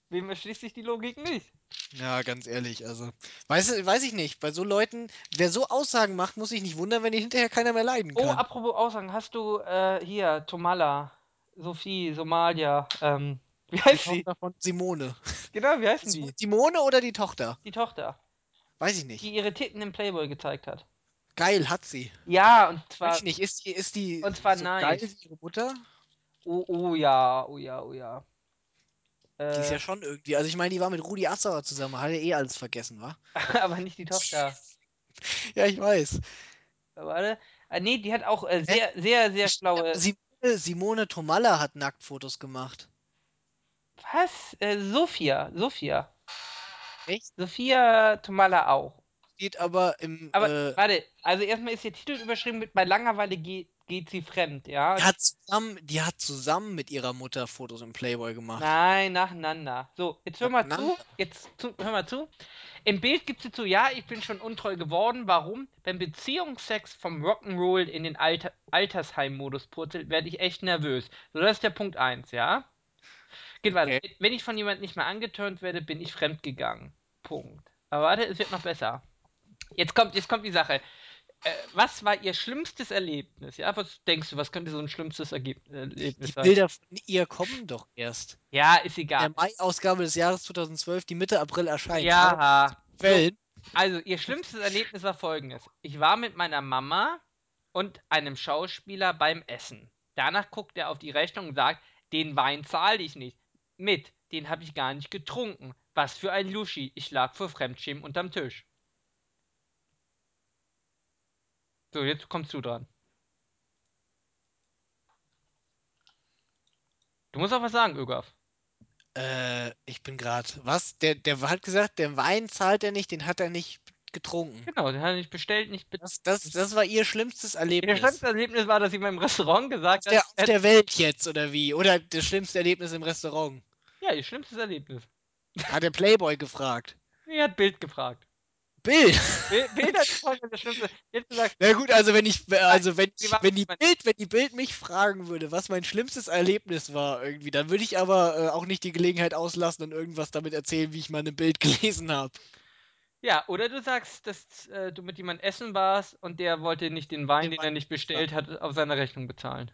S1: Wem erschließt sich die Logik nicht?
S2: Ja, ganz ehrlich, also. Weiß, weiß ich nicht, bei so Leuten, wer so Aussagen macht, muss ich nicht wundern, wenn ihn hinterher keiner mehr leiden
S1: Oh,
S2: kann.
S1: apropos Aussagen, hast du äh, hier Tomala, Sophie, Somalia, ähm, wie heißt sie?
S2: Tochter von Simone.
S1: Genau, wie heißen die?
S2: Simone oder die Tochter?
S1: Die Tochter,
S2: Weiß ich nicht.
S1: die ihre Titten im Playboy gezeigt hat.
S2: Geil hat sie.
S1: Ja, und
S2: Weiß
S1: zwar.
S2: ich nicht, ist die, ist die
S1: Und zwar
S2: so
S1: nice.
S2: geil wie ihre Mutter?
S1: Oh, oh ja, oh ja, oh ja.
S2: Die ist
S1: Äh,
S2: ja schon irgendwie. Also ich meine, die war mit Rudi Assauer zusammen, hat ja eh alles vergessen, wa?
S1: aber nicht die Tochter.
S2: Ja, ich weiß.
S1: Warte. Ah, nee, die hat auch äh, sehr, sehr, sehr schlaue.
S2: Simone, Simone Tomalla hat Nacktfotos gemacht.
S1: Was? Äh, Sophia, Sophia.
S2: Echt?
S1: Sophia Tomala auch.
S2: Steht aber im.
S1: Aber
S2: äh,
S1: warte, also erstmal ist der Titel überschrieben mit bei Langeweile geht, geht sie fremd, ja?
S2: die, hat zusammen, die hat zusammen mit ihrer Mutter Fotos im Playboy gemacht.
S1: Nein, nacheinander. So, jetzt hör mal zu.
S2: Nacheinander?
S1: Jetzt zu, hör mal zu. Im Bild gibt sie zu, ja, ich bin schon untreu geworden. Warum? Wenn Beziehungsex vom Rock'n'Roll in den Alter, Altersheim-Modus purzelt, werde ich echt nervös. So, das ist der Punkt 1, ja? Geht weiter.
S2: Okay.
S1: Wenn ich von jemandem nicht mehr angetörnt werde, bin ich fremdgegangen. Punkt. Aber warte, es wird noch besser. Jetzt kommt, jetzt kommt die Sache. Äh, was war ihr schlimmstes Erlebnis? Ja, was denkst du, was könnte so ein schlimmstes Ergeb
S2: Die
S1: Erlebnis sein?
S2: Bilder von ihr kommen doch erst.
S1: halt Ja, ist
S2: In
S1: egal.
S2: der Mai-Ausgabe des Jahres 2012, die Mitte April erscheint. Aber
S1: Ja.
S2: Quellen.
S1: Also, ihr schlimmstes Erlebnis war folgendes. Ich war mit meiner Mama und einem Schauspieler beim Essen. Danach guckt er auf die Rechnung und sagt, den Wein zahle ich nicht. Mit, den habe ich gar nicht getrunken. Was für ein Luschi. Ich lag vor Fremdschämen unterm Tisch. So, jetzt kommst du dran. Du musst auch was sagen, Ögaf.
S2: Äh, ich bin gerade. Was? Der, der hat gesagt, der Wein zahlt er nicht, den hat er nicht getrunken.
S1: Genau, den hat er nicht bestellt, nicht bezahlt.
S2: Das, das, das war ihr schlimmstes
S1: Ihr
S2: Erlebnis.
S1: schlimmstes Erlebnis war, dass ich meinem Restaurant gesagt
S2: der,
S1: habe,
S2: auf der Welt jetzt, oder wie? Oder das schlimmste Erlebnis im Restaurant.
S1: ja, ihr schlimmstes Erlebnis.
S2: Hat der Playboy gefragt.
S1: Ihr hat Bild gefragt.
S2: Bild!
S1: Bild, Bild hat gefragt, das Schlimmste. Jetzt gesagt,
S2: Na gut, also wenn ich, also wenn,
S1: sie war-
S2: wenn die Bild, wenn die Bild mich fragen würde, was mein schlimmstes Erlebnis war irgendwie, dann würde ich aber äh, auch nicht die Gelegenheit auslassen und irgendwas damit erzählen, wie ich mal ein Bild gelesen habe.
S1: ja, oder du sagst, dass äh, du mit jemandem essen warst und der wollte nicht den Wein, den er nicht bestellt hat, auf seiner Rechnung bezahlen.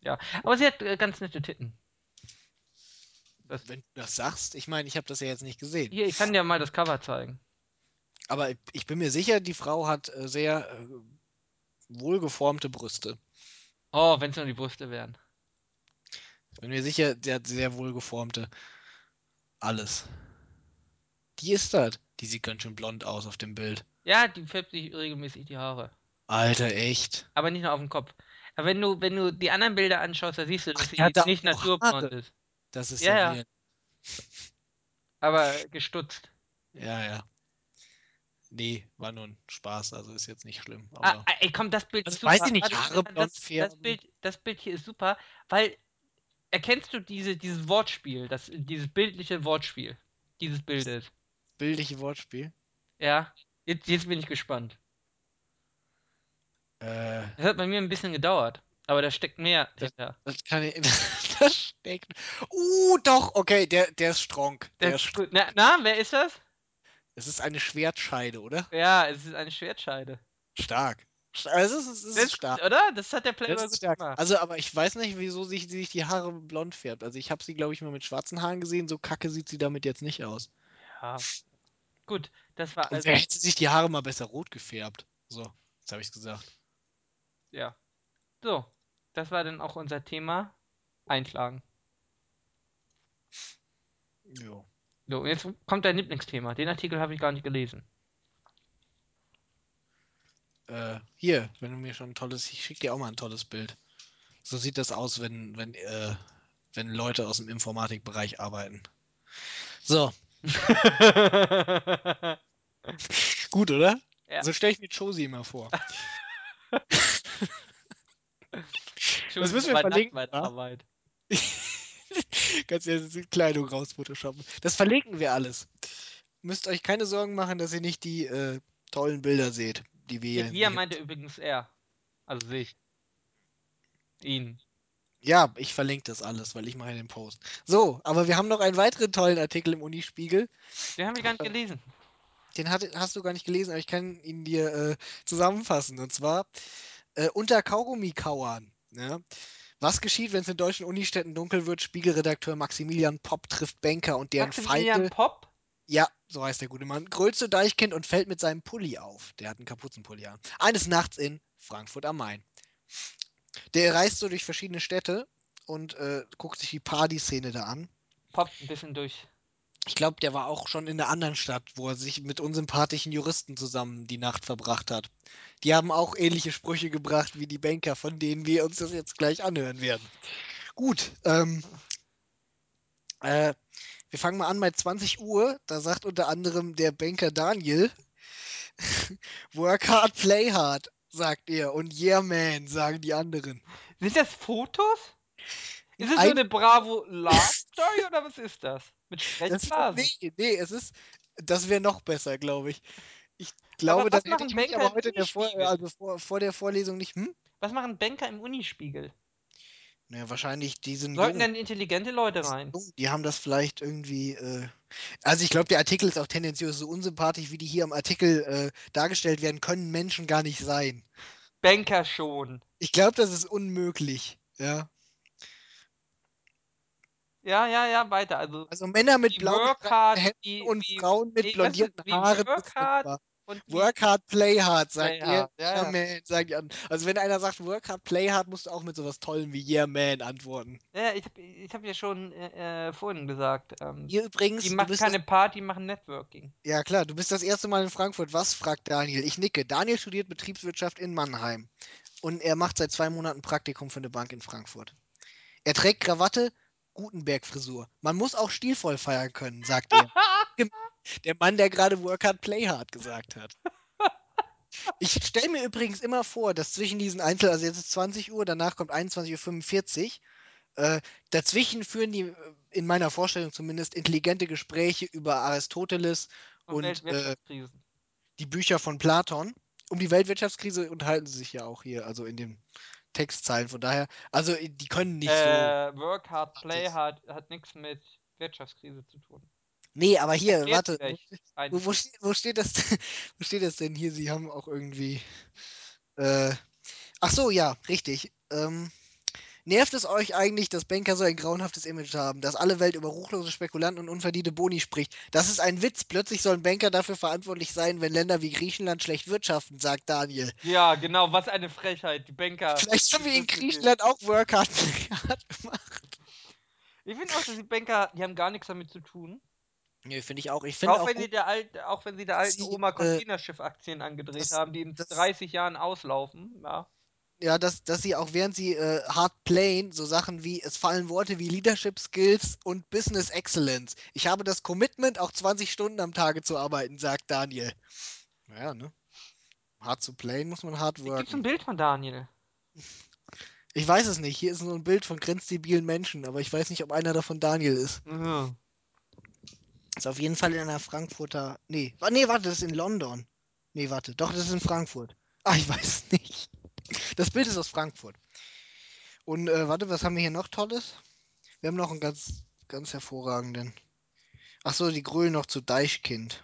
S1: Ja, aber sie hat äh, ganz nette Titten.
S2: Wenn du das sagst, ich meine, ich habe das ja jetzt nicht gesehen.
S1: Hier, ich kann dir mal das Cover zeigen.
S2: Aber ich- ich bin mir sicher, die Frau hat äh, sehr äh, wohlgeformte Brüste.
S1: Oh, wenn es nur die Brüste wären.
S2: Ich bin mir sicher, sie hat sehr wohlgeformte alles. Die ist das. Die sieht ganz schön blond aus auf dem Bild.
S1: Ja, die färbt sich regelmäßig die Haare.
S2: Alter, echt.
S1: Aber nicht nur auf dem Kopf. Aber wenn du, wenn du die anderen Bilder anschaust, da siehst du, dass
S2: Ach,
S1: sie
S2: die hat da
S1: jetzt nicht
S2: auch noch
S1: naturblond
S2: Haare.
S1: ist.
S2: Das ist
S1: Ja,
S2: ja,
S1: ja.
S2: weird.
S1: Aber gestutzt.
S2: Ja, ja. Nee, war nur ein Spaß, also ist jetzt nicht schlimm.
S1: Ah,
S2: Aber
S1: ah, ey, komm, das Bild
S2: Also,
S1: ist super.
S2: weiß ich nicht,
S1: Warte,
S2: Haare
S1: warte,
S2: blond
S1: das, das,
S2: färben.
S1: Bild, das Bild hier ist super, weil erkennst du diese, dieses Wortspiel, das, dieses bildliche Wortspiel dieses Bildes?
S2: bildliche Wortspiel.
S1: Ja, jetzt, jetzt bin ich gespannt.
S2: Äh,
S1: Das hat bei mir ein bisschen gedauert, aber da steckt mehr hinter.
S2: das kann ich. das steckt. Uh, doch, okay, der, der ist strong. Der ist,
S1: Das- na, na, wer ist das?
S2: es ist eine Schwertscheide, oder?
S1: Ja, es ist eine Schwertscheide.
S2: Stark. Sta- Also es ist, es ist stark.
S1: Oder? Das hat der Playboy
S2: Das
S1: gut
S2: ist stark.
S1: gemacht.
S2: Also, aber ich weiß nicht, wieso sich, sie sich die Haare blond färbt. Also, ich habe sie, glaube ich, mal mit schwarzen Haaren gesehen. So kacke sieht sie damit jetzt nicht aus.
S1: ja. Gut, das war
S2: Und
S1: also.
S2: wer hätte sich die Haare mal besser rot gefärbt. So, jetzt habe ich es gesagt.
S1: Ja. So, das war dann auch unser Thema. Einschlagen.
S2: Jo.
S1: So, und jetzt kommt dein Lieblingsthema. Den Artikel habe ich gar nicht gelesen.
S2: Äh, hier, wenn du mir schon ein tolles, ich schicke dir auch mal ein tolles Bild. So sieht das aus, wenn, wenn, äh, wenn Leute aus dem Informatikbereich arbeiten. So, gut, oder?
S1: Ja.
S2: So stelle ich mir Josie immer vor. Das müssen wir verlinken, wa?
S1: Arbeit.
S2: Kannst ja die Kleidung raus photoshoppen. Das verlinken wir alles. Müsst euch keine Sorgen machen, dass ihr nicht die äh, tollen Bilder seht, die wir
S1: Wir meinte übrigens er. Also sich. Ihn.
S2: Ja, ich verlinke das alles, weil ich mache ja den Post. So, aber wir haben noch einen weiteren tollen Artikel im Unispiegel.
S1: Den haben wir
S2: Äh,
S1: gar nicht gelesen.
S2: Den hat, hast du gar nicht gelesen, aber ich kann ihn dir äh, zusammenfassen. Und zwar äh, unter Kaugummi-Kauern. Ja? Was geschieht, wenn es in deutschen Unistädten dunkel wird? Spiegelredakteur Maximilian Popp trifft Banker und deren Feinde.
S1: Maximilian Pop?
S2: Ja, so heißt der gute Mann. Grölt zu Deichkind und fällt mit seinem Pulli auf. Der hat einen Kapuzenpulli an. Eines Nachts in Frankfurt am Main. Der reist so durch verschiedene Städte und äh, guckt sich die Party-Szene da an.
S1: Pop ein bisschen durch.
S2: Ich glaube, der war auch schon in einer anderen Stadt, wo er sich mit unsympathischen Juristen zusammen die Nacht verbracht hat. Die haben auch ähnliche Sprüche gebracht wie die Banker, von denen wir uns das jetzt gleich anhören werden. Gut, ähm, äh, wir fangen mal an bei 20 Uhr. Da sagt unter anderem der Banker Daniel, Work hard, play hard, sagt er. Und yeah, man, sagen die anderen.
S1: Sind das Fotos? Ist es so
S2: Ein-
S1: eine Bravo Love Story oder was ist das? Mit
S2: Das ist,
S1: Sprechblasen?
S2: nee, nee, es ist, das wäre noch besser, glaube ich. Ich
S1: Aber
S2: glaube,
S1: was
S2: das hätte
S1: machen
S2: ich mich
S1: Banker
S2: aber
S1: im
S2: heute in der vor,
S1: Unispiegel?
S2: also vor, vor der Vorlesung nicht. Hm?
S1: Was machen Banker im Unispiegel?
S2: Naja, wahrscheinlich diesen
S1: Sollten
S2: Jungen,
S1: dann intelligente Leute rein?
S2: Jungen, die haben das vielleicht irgendwie. Äh, also ich glaube, der Artikel ist auch tendenziös so unsympathisch, wie die hier im Artikel äh, dargestellt werden, können Menschen gar nicht sein.
S1: Banker schon.
S2: Ich glaube, das ist unmöglich. Ja.
S1: Ja, ja, ja, weiter. Also
S2: Also Männer mit
S1: Die
S2: blauen
S1: Work
S2: gestreiften
S1: hard,
S2: Hemden
S1: die-
S2: und
S1: die-
S2: Frauen
S1: nee,
S2: mit blondierten
S1: lass es- wie
S2: Haaren.
S1: work
S2: ist
S1: hard,
S2: machbar.
S1: und die-
S2: Work hard, play hard, sagt
S1: Play
S2: ihr.
S1: hard, ja, ja.
S2: Yeah, man, sagen die anderen. Also wenn einer sagt Work hard, play hard, musst du auch mit sowas Tollem wie Yeah, man antworten.
S1: ja, ich habe ich hab ja schon äh, äh, vorhin gesagt, ähm,
S2: Ihr übrigens,
S1: die
S2: du
S1: machen
S2: bist
S1: keine Party, machen Networking.
S2: das, ja klar, du bist das erste Mal in Frankfurt. Was? fragt Daniel. Ich nicke. Daniel studiert Betriebswirtschaft in Mannheim und er macht seit zwei Monaten Praktikum für eine Bank in Frankfurt. Er trägt Krawatte, Gutenberg-Frisur. Man muss auch stilvoll feiern können, sagt er. Der Mann, der gerade Work Hard, Play Hard gesagt hat. Ich stelle mir übrigens immer vor, dass zwischen diesen Einzel, also jetzt ist 20 Uhr, danach kommt 21.45 Uhr, äh, dazwischen führen die, äh, in meiner Vorstellung zumindest, intelligente Gespräche über Aristoteles
S1: Und,
S2: und äh,
S1: Weltwirtschaftskrisen.
S2: die Bücher von Platon. Um die Weltwirtschaftskrise unterhalten sie sich ja auch hier, also in den Textzeilen. Von daher, also äh, die können nicht so.
S1: äh, work hard, play
S2: Artist.
S1: hard hat nichts mit Wirtschaftskrise zu tun.
S2: Nee, aber hier,
S1: Erklärt
S2: Äh, warte.
S1: gleich ein-
S2: Wo, wo, steht, wo, steht das, wo steht das denn hier? Sie haben auch irgendwie. Äh, ach so, ja, richtig. Ähm, nervt es euch eigentlich, dass Banker so ein grauenhaftes Image haben, dass alle Welt über ruchlose Spekulanten und unverdiente Boni spricht? Das ist ein Witz. Plötzlich sollen Banker dafür verantwortlich sein, wenn Länder wie Griechenland schlecht wirtschaften, sagt Daniel.
S1: Ja, genau, was eine Frechheit, die Banker.
S2: Vielleicht haben wir in
S1: Grüße gehen.
S2: Griechenland auch Workhard gemacht.
S1: Ich finde auch, dass die Banker, die haben gar nichts damit zu tun.
S2: Nee, finde ich auch. Ich finde
S1: Auch
S2: auch.
S1: wenn, sie der alten, auch wenn sie der alten
S2: Sie,
S1: Oma
S2: äh,
S1: Containerschiff-Aktien angedreht
S2: das-
S1: haben, die in
S2: das-
S1: 30 Jahren auslaufen. Ja.
S2: ja, dass, dass sie auch während sie äh, hard playen, so Sachen wie, es fallen Worte wie Leadership Skills und Business Excellence. Ich habe das Commitment, auch 20 Stunden am Tage zu arbeiten, sagt Daniel. Naja, ne? Hard zu playen muss man hard
S1: Gibt es ein
S2: worken.
S1: Bild von Daniel?
S2: Ich weiß es nicht. Hier ist nur ein Mhm. Bild von grenzdebilen Menschen, aber ich weiß nicht, ob einer davon Daniel ist. Ist auf jeden Fall in einer Frankfurter. Nee, wa- nee, warte, das ist in London. Nee, warte, doch, das ist in Frankfurt. Ah, ich weiß nicht. Das Bild ist aus Frankfurt. Und äh, warte, was haben wir hier noch Tolles? Wir haben noch einen ganz, ganz hervorragenden. Ach so, die Grölen noch zu Deichkind.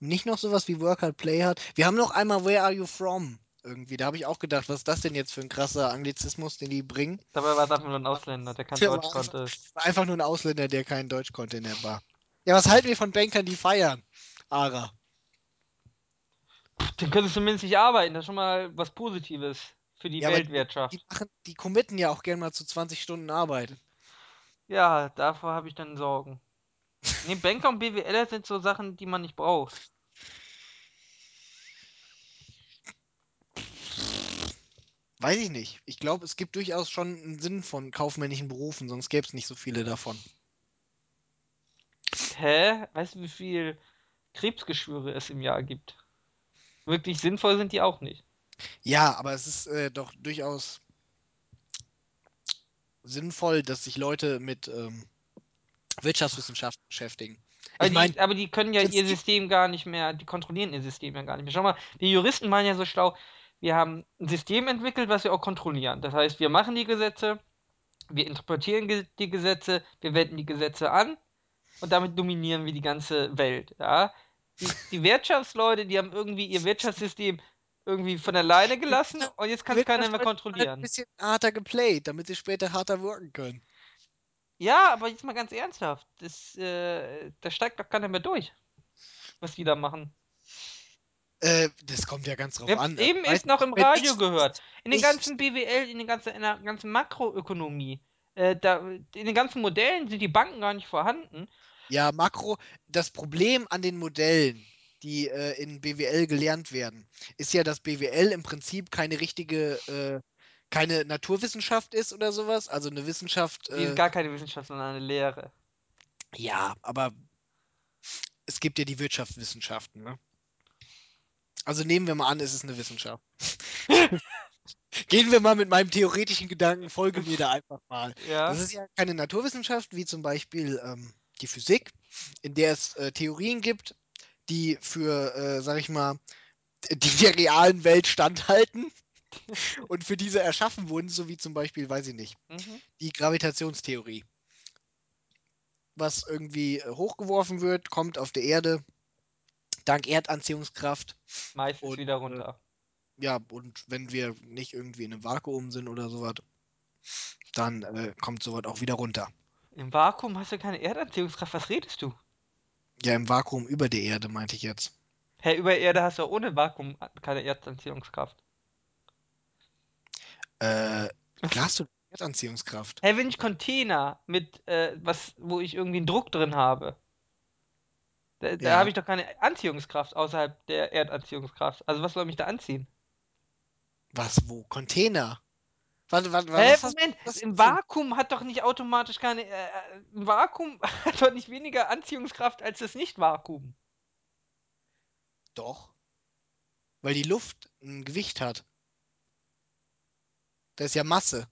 S2: Nicht noch sowas wie Work Hard, Play Hard. Wir haben noch einmal Where Are You From? Irgendwie, da habe ich auch gedacht, was ist das denn jetzt für ein krasser Anglizismus, den die bringen?
S1: Dabei war es einfach nur ein Ausländer, der kein
S2: Ja,
S1: Deutsch
S2: aber einfach-
S1: konnte.
S2: War einfach nur ein Ausländer, der kein Deutsch konnte in der Bar. Ja, was halten wir von Bankern, die feiern? Ara.
S1: Pff, Dann können sie zumindest nicht arbeiten. Das ist schon mal was Positives für die
S2: Ja, aber die-
S1: Weltwirtschaft.
S2: Die, machen, die committen ja auch gerne mal zu 20 Stunden Arbeit.
S1: Ja, davor habe ich dann Sorgen. Nee, Banker und BWLer sind so Sachen, die man nicht braucht.
S2: Weiß ich nicht. Ich glaube, es gibt durchaus schon einen Sinn von kaufmännischen Berufen, sonst gäbe es nicht so viele davon.
S1: Hä? Weißt du, wie viel Krebsgeschwüre es im Jahr gibt? Wirklich sinnvoll sind die auch nicht.
S2: Ja, aber es ist äh, doch durchaus sinnvoll, dass sich Leute mit ähm, Wirtschaftswissenschaften beschäftigen.
S1: Aber,
S2: Ich mein,
S1: die, aber die können ja
S2: jetzt
S1: ihr
S2: die-
S1: System gar nicht mehr, die kontrollieren ihr System ja gar nicht mehr. Schau mal, die Juristen waren ja so schlau, wir haben ein System entwickelt, was wir auch kontrollieren. Das heißt, wir machen die Gesetze, wir interpretieren ge die Gesetze, wir wenden die Gesetze an und damit dominieren wir die ganze Welt. Ja? Die, die Wirtschaftsleute, die haben irgendwie ihr Wirtschaftssystem irgendwie von alleine gelassen und jetzt kann es keiner mehr
S2: Ein
S1: kontrollieren.
S2: bisschen harter geplayt, damit sie später harter wirken können.
S1: Ja, aber jetzt mal ganz ernsthaft, das, äh, da steigt doch keiner mehr durch, was die da machen.
S2: Äh, das kommt ja ganz drauf
S1: Wir
S2: an. äh,
S1: haben eben
S2: Weißt
S1: erst noch im
S2: wenn
S1: Radio
S2: ich-
S1: gehört. In den
S2: ich-
S1: ganzen BWL, in, den ganzen, in der ganzen Makroökonomie, äh, da, in den ganzen Modellen sind die Banken gar nicht vorhanden.
S2: Ja, Makro, das Problem an den Modellen, die äh, in BWL gelernt werden, ist ja, dass BWL im Prinzip keine richtige, äh, keine Naturwissenschaft ist oder sowas. Also eine Wissenschaft.
S1: Die
S2: Äh,
S1: sind gar keine Wissenschaft, sondern eine Lehre.
S2: ja, aber es gibt ja die Wirtschaftswissenschaften, ne? Also nehmen wir mal an, es ist eine Wissenschaft. Gehen wir mal mit meinem theoretischen Gedanken, folge mir da einfach mal.
S1: Ja.
S2: Das ist ja keine Naturwissenschaft, wie zum Beispiel ähm, die Physik, in der es äh, Theorien gibt, die für, äh, sag ich mal, die der realen Welt standhalten und für diese erschaffen wurden, so wie zum Beispiel, weiß ich nicht,
S1: Mhm.
S2: die Gravitationstheorie. Was irgendwie äh, hochgeworfen wird, kommt auf der Erde dank Erdanziehungskraft
S1: Meistens
S2: Und, äh,
S1: wieder runter.
S2: ja, und wenn wir nicht irgendwie in einem Vakuum sind oder sowas, dann äh, kommt sowas auch wieder runter.
S1: Im Vakuum hast du keine Erdanziehungskraft. Was redest du?
S2: Ja, im Vakuum über der Erde, meinte ich jetzt.
S1: Hä, über Erde hast du auch ohne Vakuum keine Erdanziehungskraft.
S2: Äh, klar hast du Erdanziehungskraft.
S1: Hä, wenn ich Container mit, äh, was, wo ich irgendwie einen Druck drin habe, da, da
S2: Ja.
S1: habe ich doch keine Anziehungskraft außerhalb der Erdanziehungskraft. Also was soll mich da anziehen?
S2: Was, wo? Container? Warte, warte, warte.
S1: Hä,
S2: was hast-
S1: Moment,
S2: was-
S1: im Vakuum hat doch nicht automatisch keine. Äh, äh, Im Vakuum hat doch nicht weniger Anziehungskraft als das Nicht-Vakuum.
S2: Doch. Weil die Luft ein Gewicht hat. Das ist ja Masse.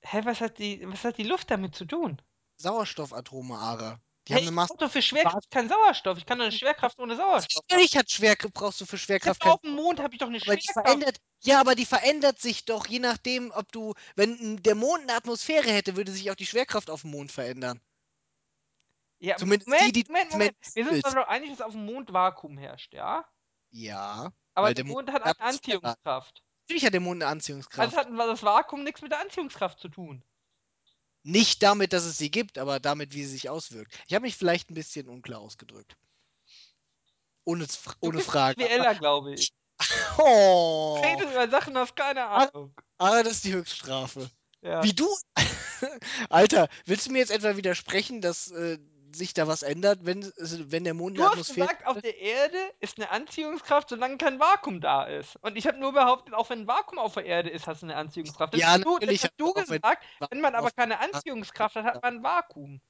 S1: Hä, was hat die, was hat die Luft damit zu tun?
S2: Sauerstoffatome, Ara. Die
S1: Hä,
S2: haben eine
S1: ich
S2: Masse.
S1: brauch doch für Schwerkraft keinen Solarstoff. Ich kann doch eine Schwerkraft ohne Solarstoff.
S2: Natürlich hat Schwerkraft, brauchst du für Schwerkraft
S1: Selbst auf dem Mond habe ich doch eine
S2: Aber die
S1: Genau, Schwerkraft.
S2: verändert, ja, aber die verändert sich doch, je nachdem, ob du, wenn der Mond eine Atmosphäre hätte, würde sich auch die Schwerkraft auf dem Mond verändern.
S1: Ja,
S2: zumindest
S1: Moment,
S2: die, die-
S1: Moment, Moment.
S2: zumindest
S1: Wir sind
S2: die-
S1: uns doch einig, dass auf dem Mond Vakuum herrscht, ja?
S2: Ja.
S1: Aber
S2: Weil
S1: der
S2: der Mond
S1: Mond hat eine
S2: Atmosphäre hat.
S1: Anziehungskraft.
S2: Natürlich hat der Mond eine
S1: Also
S2: Anziehungskraft.
S1: hat das Vakuum nichts mit der Anziehungskraft zu tun.
S2: Nicht damit, dass es sie gibt, aber damit, wie sie sich auswirkt. Ich habe mich vielleicht ein bisschen unklar ausgedrückt. Ohne, z-
S1: Du
S2: ohne
S1: bist
S2: Frage.
S1: BWLer, glaube ich.
S2: Oh,
S1: Redest über Sachen, hast keine Ahnung.
S2: aber das ist die Höchststrafe.
S1: Ja.
S2: Wie du. Alter, willst du mir jetzt etwa widersprechen, dass äh, sich da was ändert, wenn, also, wenn der Mond
S1: Du
S2: eine
S1: hast
S2: Atmosphäre.
S1: gesagt, auf der Erde ist eine Anziehungskraft, solange kein Vakuum da ist. Und ich habe nur behauptet, auch wenn ein Vakuum auf der Erde ist, hast du eine Anziehungskraft. Das
S2: Ja,
S1: hast du,
S2: natürlich
S1: Das hast du
S2: hast du auch, wenn-
S1: gesagt, wenn man aber
S2: Auf-
S1: keine Anziehungskraft hat, hat man ein Vakuum.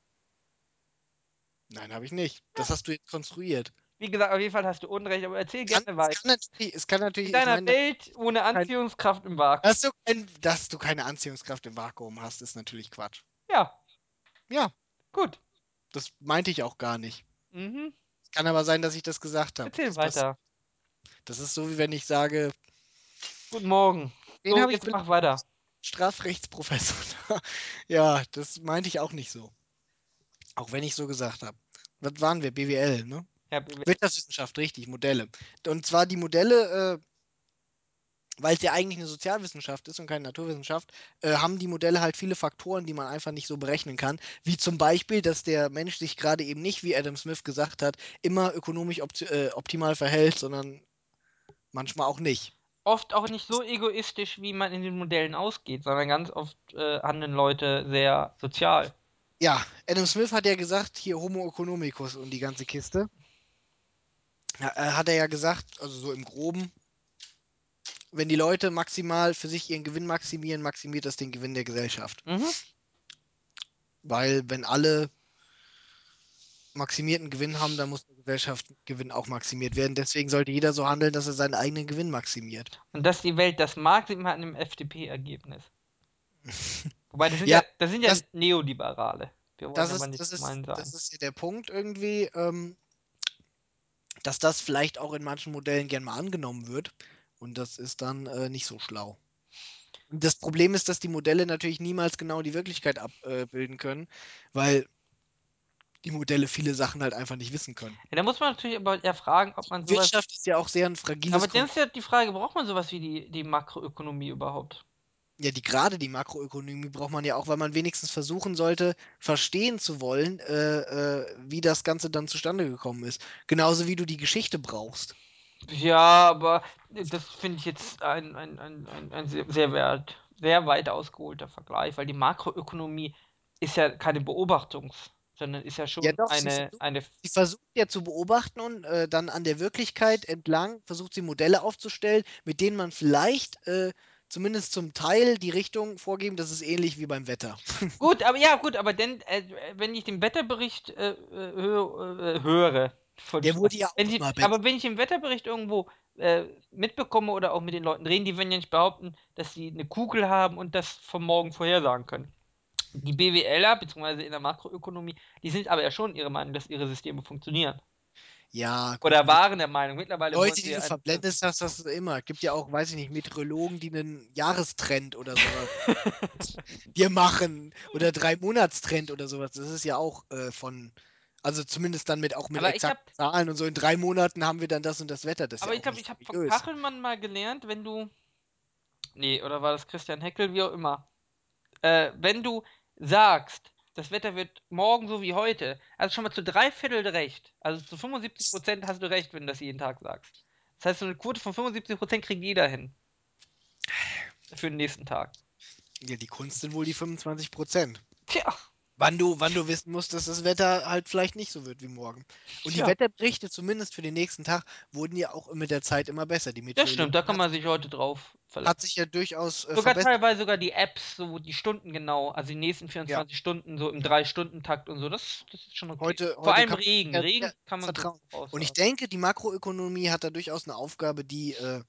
S2: Nein, habe ich nicht. Das hast du jetzt konstruiert.
S1: Wie gesagt, auf jeden Fall hast du Unrecht, aber erzähl gerne
S2: Kann, es,
S1: weiter.
S2: kann natürlich, es kann natürlich,
S1: In
S2: ich
S1: deiner
S2: meine,
S1: Welt ohne Anziehungskraft im Vakuum.
S2: dass du, kein, dass du keine Anziehungskraft im Vakuum hast, ist natürlich Quatsch.
S1: Ja,
S2: Ja,
S1: gut.
S2: Das meinte ich auch gar nicht.
S1: Mhm.
S2: Kann aber sein, dass ich das gesagt habe.
S1: Erzähl
S2: das passt.
S1: weiter.
S2: Das ist so, wie wenn ich sage,
S1: Guten Morgen.
S2: den
S1: so,
S2: habe ich
S1: jetzt mach weiter.
S2: Strafrechtsprofessor da. Ja, das meinte ich auch nicht so. Auch wenn ich so gesagt habe. Was waren wir? BWL, ne?
S1: Ja, BWL.
S2: Wirtschaftswissenschaft, richtig, Modelle. Und zwar die Modelle, äh, weil es ja eigentlich eine Sozialwissenschaft ist und keine Naturwissenschaft, äh, haben die Modelle halt viele Faktoren, die man einfach nicht so berechnen kann. Wie zum Beispiel, dass der Mensch sich gerade eben nicht, wie Adam Smith gesagt hat, immer ökonomisch opti- äh, optimal verhält, sondern manchmal auch nicht.
S1: Oft auch nicht so egoistisch, wie man in den Modellen ausgeht, sondern ganz oft äh, handeln Leute sehr sozial.
S2: Ja, Adam Smith hat ja gesagt, hier Homo economicus und die ganze Kiste. Ja, äh, hat er ja gesagt, also so im Groben, wenn die Leute maximal für sich ihren Gewinn maximieren, maximiert das den Gewinn der Gesellschaft.
S1: Mhm.
S2: Weil wenn alle maximierten Gewinn haben, dann muss der Gesellschaftsgewinn auch maximiert werden. Deswegen sollte jeder so handeln, dass er seinen eigenen Gewinn maximiert.
S1: Und dass die Welt das mag, sieht man an dem FDP-Ergebnis. Wobei, das sind ja,
S2: Ja,
S1: das sind ja
S2: das-
S1: Neoliberale. Wir wollen
S2: das
S1: ja
S2: ist,
S1: mal nicht
S2: das, ist,
S1: gemein sein.
S2: das ist ja der Punkt irgendwie, ähm, dass das vielleicht auch in manchen Modellen gern mal angenommen wird. Und das ist dann äh, nicht so schlau. Und Das Problem ist, dass die Modelle natürlich niemals genau die Wirklichkeit abbilden können, weil die Modelle viele Sachen halt einfach nicht wissen können.
S1: ja, da muss man natürlich aber ja fragen, ob man sowas.
S2: Wirtschaft ist ja auch sehr ein fragiles
S1: Aber dann
S2: Kon-
S1: ist Also ja die Frage, braucht man sowas wie die, die Makroökonomie überhaupt?
S2: Ja, die gerade die Makroökonomie braucht man ja auch, weil man wenigstens versuchen sollte, verstehen zu wollen, äh, äh, wie das Ganze dann zustande gekommen ist. Genauso wie du die Geschichte brauchst.
S1: Ja, aber das finde ich jetzt ein, ein, ein, ein, ein sehr, sehr, wert, sehr weit ausgeholter Vergleich, weil die Makroökonomie ist ja keine Beobachtungs-, sondern ist ja schon
S2: Ja, doch, sie
S1: eine,
S2: versucht-
S1: eine.
S2: Sie versucht ja zu beobachten und äh, dann an der Wirklichkeit entlang versucht sie Modelle aufzustellen, mit denen man vielleicht äh, zumindest zum Teil die Richtung vorgeben, das ist ähnlich wie beim Wetter.
S1: Gut, aber ja, gut, aber denn, äh, wenn ich den Wetterbericht äh, äh, hö- äh, höre, von-
S2: Der wurde ja auch
S1: wenn ich,
S2: mal besser.
S1: aber wenn ich den Wetterbericht irgendwo äh, mitbekomme oder auch mit den Leuten reden, die werden ja nicht behaupten, dass sie eine Kugel haben und das vom Morgen vorhersagen können. Die BWLer, beziehungsweise in der Makroökonomie, die sind aber ja schon ihrer Meinung, dass ihre Systeme funktionieren.
S2: Ja, gut.
S1: Oder waren der Meinung. Mittlerweile
S2: Leute,
S1: wollen
S2: die
S1: sie
S2: du
S1: ein- ne?
S2: verblendest hast, das ist immer. Gibt ja auch, weiß ich nicht, Meteorologen, die einen Jahrestrend oder sowas hier machen. Oder drei Monatstrend oder sowas. Das ist ja auch äh, von, also zumindest dann mit auch mit
S1: Aber ich
S2: exakten Zahlen und so. In drei Monaten haben wir dann das und das Wetter. Das ist
S1: Aber
S2: ja
S1: ich
S2: auch
S1: glaube,
S2: nicht
S1: ich habe von
S2: seriös.
S1: Kachelmann mal gelernt, wenn du. Nee, oder war das Christian Heckel, wie auch immer. Äh, wenn du sagst, das Wetter wird morgen so wie heute, also schon mal zu drei Viertel recht. Also zu 75% hast du recht, wenn du das jeden Tag sagst. Das heißt, so eine Quote von 75% kriegt jeder hin. Für den nächsten Tag.
S2: Ja, die Kunst sind wohl die 25 Prozent.
S1: Tja.
S2: Wann du, wann du wissen musst, dass das Wetter halt vielleicht nicht so wird wie morgen. Und
S1: Tja.
S2: die Wetterberichte, zumindest für den nächsten Tag, wurden ja auch mit der Zeit immer besser. Die
S1: Das stimmt, da kann
S2: hat,
S1: man sich heute drauf verlassen.
S2: hat sich ja durchaus äh,
S1: Sogar
S2: verbessert.
S1: teilweise sogar die Apps, so die Stunden genau, also die nächsten 24 Stunden, so im 3-Stunden-Takt und so, das, das ist schon okay.
S2: Heute-
S1: Vor
S2: heute
S1: allem
S2: kann man
S1: Regen.
S2: ja
S1: Regen
S2: sehr
S1: kann man
S2: vertrauen.
S1: so raus.
S2: Und ich denke, die Makroökonomie hat da durchaus eine Aufgabe, die, äh,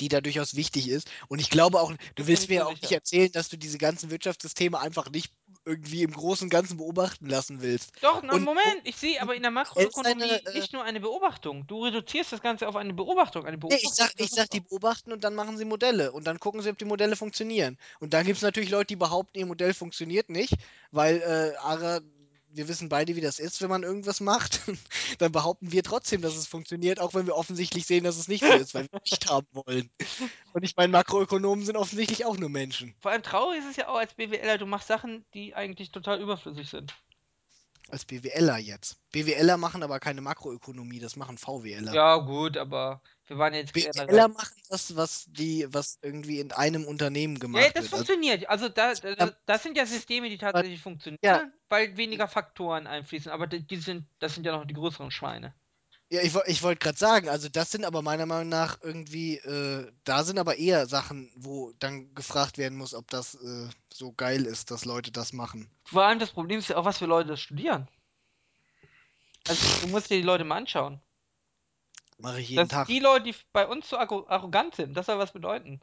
S2: die da durchaus wichtig ist. Und ich glaube auch, du
S1: bin
S2: willst
S1: ich
S2: mir
S1: so
S2: auch
S1: sicher.
S2: nicht erzählen, dass du diese ganzen Wirtschaftssysteme einfach nicht irgendwie im Großen und Ganzen beobachten lassen willst.
S1: Doch, na,
S2: Und-
S1: Moment, ich sehe aber in der Makroökonomie
S2: Jetzt eine, äh,
S1: nicht nur eine Beobachtung. Du reduzierst das Ganze auf eine Beobachtung. Eine
S2: Nee,
S1: Beobachtung
S2: ich sag,
S1: ist
S2: ich
S1: das
S2: sag,
S1: auch.
S2: die beobachten und dann machen sie Modelle und dann gucken sie, ob die Modelle funktionieren. Und dann gibt es natürlich Leute, die behaupten, ihr Modell funktioniert nicht, weil, äh, Ara, wir wissen beide, wie das ist, wenn man irgendwas macht. dann behaupten wir trotzdem, dass es funktioniert, auch wenn wir offensichtlich sehen, dass es nicht so ist, weil wir nicht haben wollen. Und ich meine, Makroökonomen sind offensichtlich auch nur Menschen.
S1: Vor allem traurig ist es ja auch als BWLer, du machst Sachen, die eigentlich total überflüssig sind.
S2: Als BWLer jetzt. BWLer machen aber keine Makroökonomie, das machen VWLer.
S1: Ja, gut, aber wir waren jetzt
S2: BWLer machen das, was die, was irgendwie in einem Unternehmen
S1: Ja,
S2: gemacht
S1: das
S2: wird. Also
S1: funktioniert. Also da, da, da-
S2: Ja.
S1: das sind ja Systeme, die tatsächlich funktionieren,
S2: Ja.
S1: weil weniger Faktoren einfließen. Aber die die sind, das sind ja noch die größeren Schweine.
S2: Ja, ich, wo- ich wollte gerade sagen, also das sind aber meiner Meinung nach irgendwie, äh, da sind aber eher Sachen, wo dann gefragt werden muss, ob das äh, so geil ist, dass Leute das machen.
S1: Vor allem das Problem ist ja auch, was für Leute das studieren. Also du musst dir die Leute mal anschauen.
S2: Mache ich jeden
S1: Dass
S2: Tag.
S1: die Leute, die bei uns so arro- arrogant sind, das soll was bedeuten.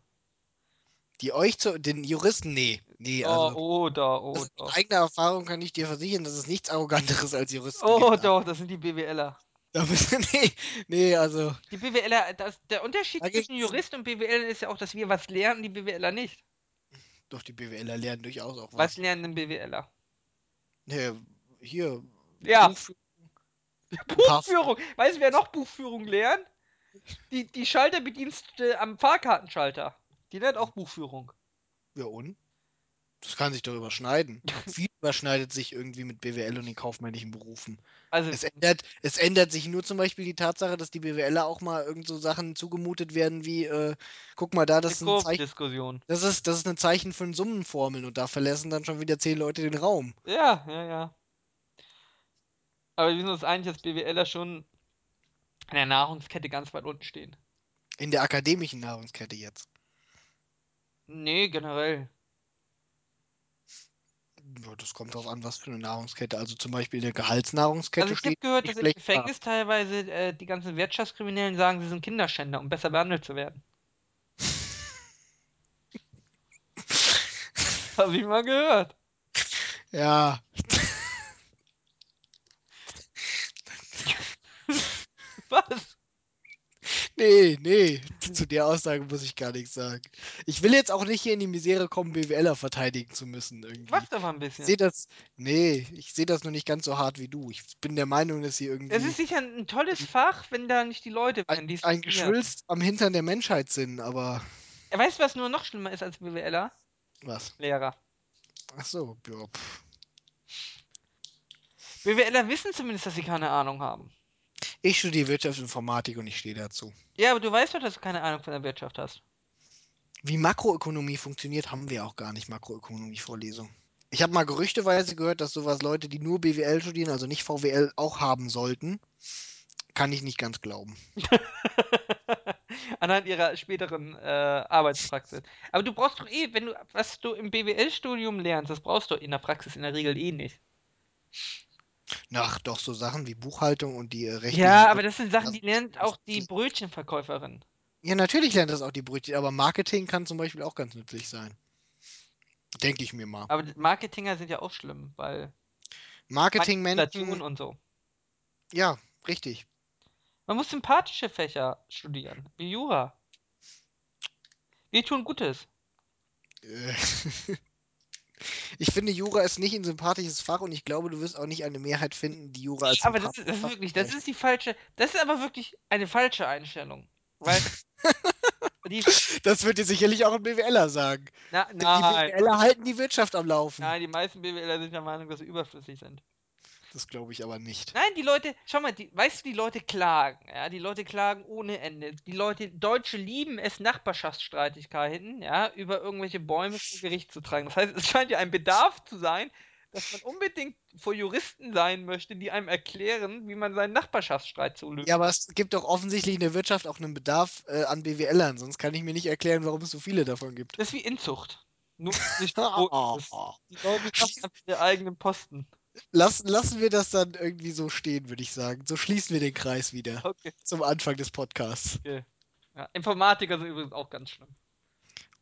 S2: Die euch zu, den Juristen, nee. Nee, also.
S1: oh, oh, da, oh,
S2: das,
S1: da.
S2: aus eigener Erfahrung kann ich dir versichern, dass es nichts Arroganteres als Juristen
S1: Oh,
S2: gibt.
S1: doch, das sind die BWLer.
S2: Da bist du, nee, nee, also.
S1: Die BWLer, das, der Unterschied
S2: Da gibt's-
S1: zwischen Jurist und BWLer ist ja auch, dass wir was lernen, die BWLer nicht.
S2: Doch, die BWLer lernen durchaus auch
S1: Was
S2: was.
S1: lernen denn BWLer?
S2: Nee, hier.
S1: Ja.
S2: Buchführung.
S1: Buchführung. Weißt du, wer noch Buchführung lernt? Die, die Schalterbedienstete am Fahrkartenschalter. Die lernt auch Buchführung.
S2: Ja, und? Das kann sich doch überschneiden. Viel überschneidet sich irgendwie mit BWL und den kaufmännischen Berufen.
S1: Also,
S2: Es ändert, es ändert sich nur zum Beispiel die Tatsache, dass die BWLer auch mal irgend so Sachen zugemutet werden wie, äh, guck mal da, das ist,
S1: die
S2: ein Zeichen,
S1: Kurvendiskussion.
S2: das, ist, das ist ein Zeichen von Summenformeln und da verlassen dann schon wieder zehn Leute den Raum.
S1: Ja, ja, ja. Aber wir sind uns einig, dass BWLer schon in der Nahrungskette ganz weit unten stehen.
S2: In der akademischen Nahrungskette jetzt.
S1: Nee, generell.
S2: Ja, das kommt drauf an, was für eine Nahrungskette. Also zum Beispiel in der Gehaltsnahrungskette
S1: also ich habe
S2: steht
S1: gehört,
S2: nicht
S1: dass im
S2: schlecht da.
S1: Gefängnis teilweise äh, die ganzen Wirtschaftskriminellen sagen, sie sind Kinderschänder, um besser behandelt zu werden. Hab ich mal gehört.
S2: Ja.
S1: Was?
S2: Nee, nee, zu der Aussage muss ich gar nichts sagen. Ich will jetzt auch nicht hier in die Misere kommen, BWLer verteidigen zu müssen irgendwie.
S1: Mach doch mal ein
S2: Ich
S1: bisschen.
S2: sehe das, nee, ich sehe das nur nicht ganz so hart wie du. Ich bin der Meinung, dass hier irgendwie
S1: Es ist sicher ein tolles Fach, wenn da nicht die Leute wären, die es
S2: Also ein
S1: studieren.
S2: Geschwülst am Hintern der Menschheit sind, aber
S1: Ja, Weißt du, was nur noch schlimmer ist als BWLer?
S2: was?
S1: Lehrer.
S2: Ach so, ja, pff.
S1: BWLer wissen zumindest, dass sie keine Ahnung haben.
S2: Ich studiere Wirtschaftsinformatik und ich stehe dazu.
S1: Ja, aber du weißt doch, dass du keine Ahnung von der Wirtschaft hast.
S2: Wie Makroökonomie funktioniert, haben wir auch gar nicht Makroökonomie-Vorlesung. Ich habe mal gerüchteweise gehört, dass sowas Leute, die nur BWL studieren, also nicht VWL, auch haben sollten. Kann ich nicht ganz glauben.
S1: Anhand ihrer späteren äh, Arbeitspraxis. Aber du brauchst doch eh, wenn du, was du im BWL-Studium lernst, das brauchst du in der Praxis in der Regel eh nicht.
S2: Nach doch so Sachen wie Buchhaltung und die äh, Rechnung.
S1: Ja, aber das sind Sachen, die
S2: das-
S1: lernt auch die Brötchenverkäuferin.
S2: Ja, natürlich lernt das auch die Brötchen, aber Marketing kann zum Beispiel auch ganz nützlich sein. Denke ich mir mal.
S1: Aber Marketinger sind ja auch schlimm, weil Manipulation
S2: Marketingmenschen,
S1: und so.
S2: ja, richtig.
S1: Man muss sympathische Fächer studieren, wie Jura. Wir tun Gutes.
S2: Äh, Ich finde, Jura ist nicht ein sympathisches Fach und ich glaube, du wirst auch nicht eine Mehrheit finden, die Jura als
S1: Aber das
S2: sympathisches
S1: ist, das ist
S2: Fach
S1: wirklich, das
S2: bezeichnet.
S1: ist die falsche, das ist aber wirklich eine falsche Einstellung. Weil die,
S2: Das wird dir sicherlich auch ein BWLer sagen.
S1: na,
S2: Denn Die
S1: nein,
S2: BWLer halten die Wirtschaft am Laufen.
S1: nein, die meisten BWLer sind der Meinung, dass sie überflüssig sind.
S2: Das glaube ich aber nicht.
S1: Nein, die Leute, schau mal, die, weißt du, die Leute klagen, ja, die Leute klagen ohne Ende. Die Leute, Deutsche lieben es, Nachbarschaftsstreitigkeiten, ja, über irgendwelche Bäume vor Gericht zu tragen. Das heißt, es scheint ja ein Bedarf zu sein, dass man unbedingt vor Juristen sein möchte, die einem erklären, wie man seinen Nachbarschaftsstreit zu lösen.
S2: Ja, aber es gibt doch offensichtlich in der Wirtschaft auch einen Bedarf äh, an BWLern, sonst kann ich mir nicht erklären, warum es so viele davon gibt.
S1: Das ist wie Inzucht. Nur nicht verboten ist.
S2: Lass,
S1: Die Leute schaffen auf ihre eigenen Posten.
S2: lassen wir das dann irgendwie so stehen, würde ich sagen. So schließen wir den Kreis wieder
S1: Okay.
S2: zum Anfang des Podcasts.
S1: Ja, Informatiker sind übrigens auch ganz schlimm.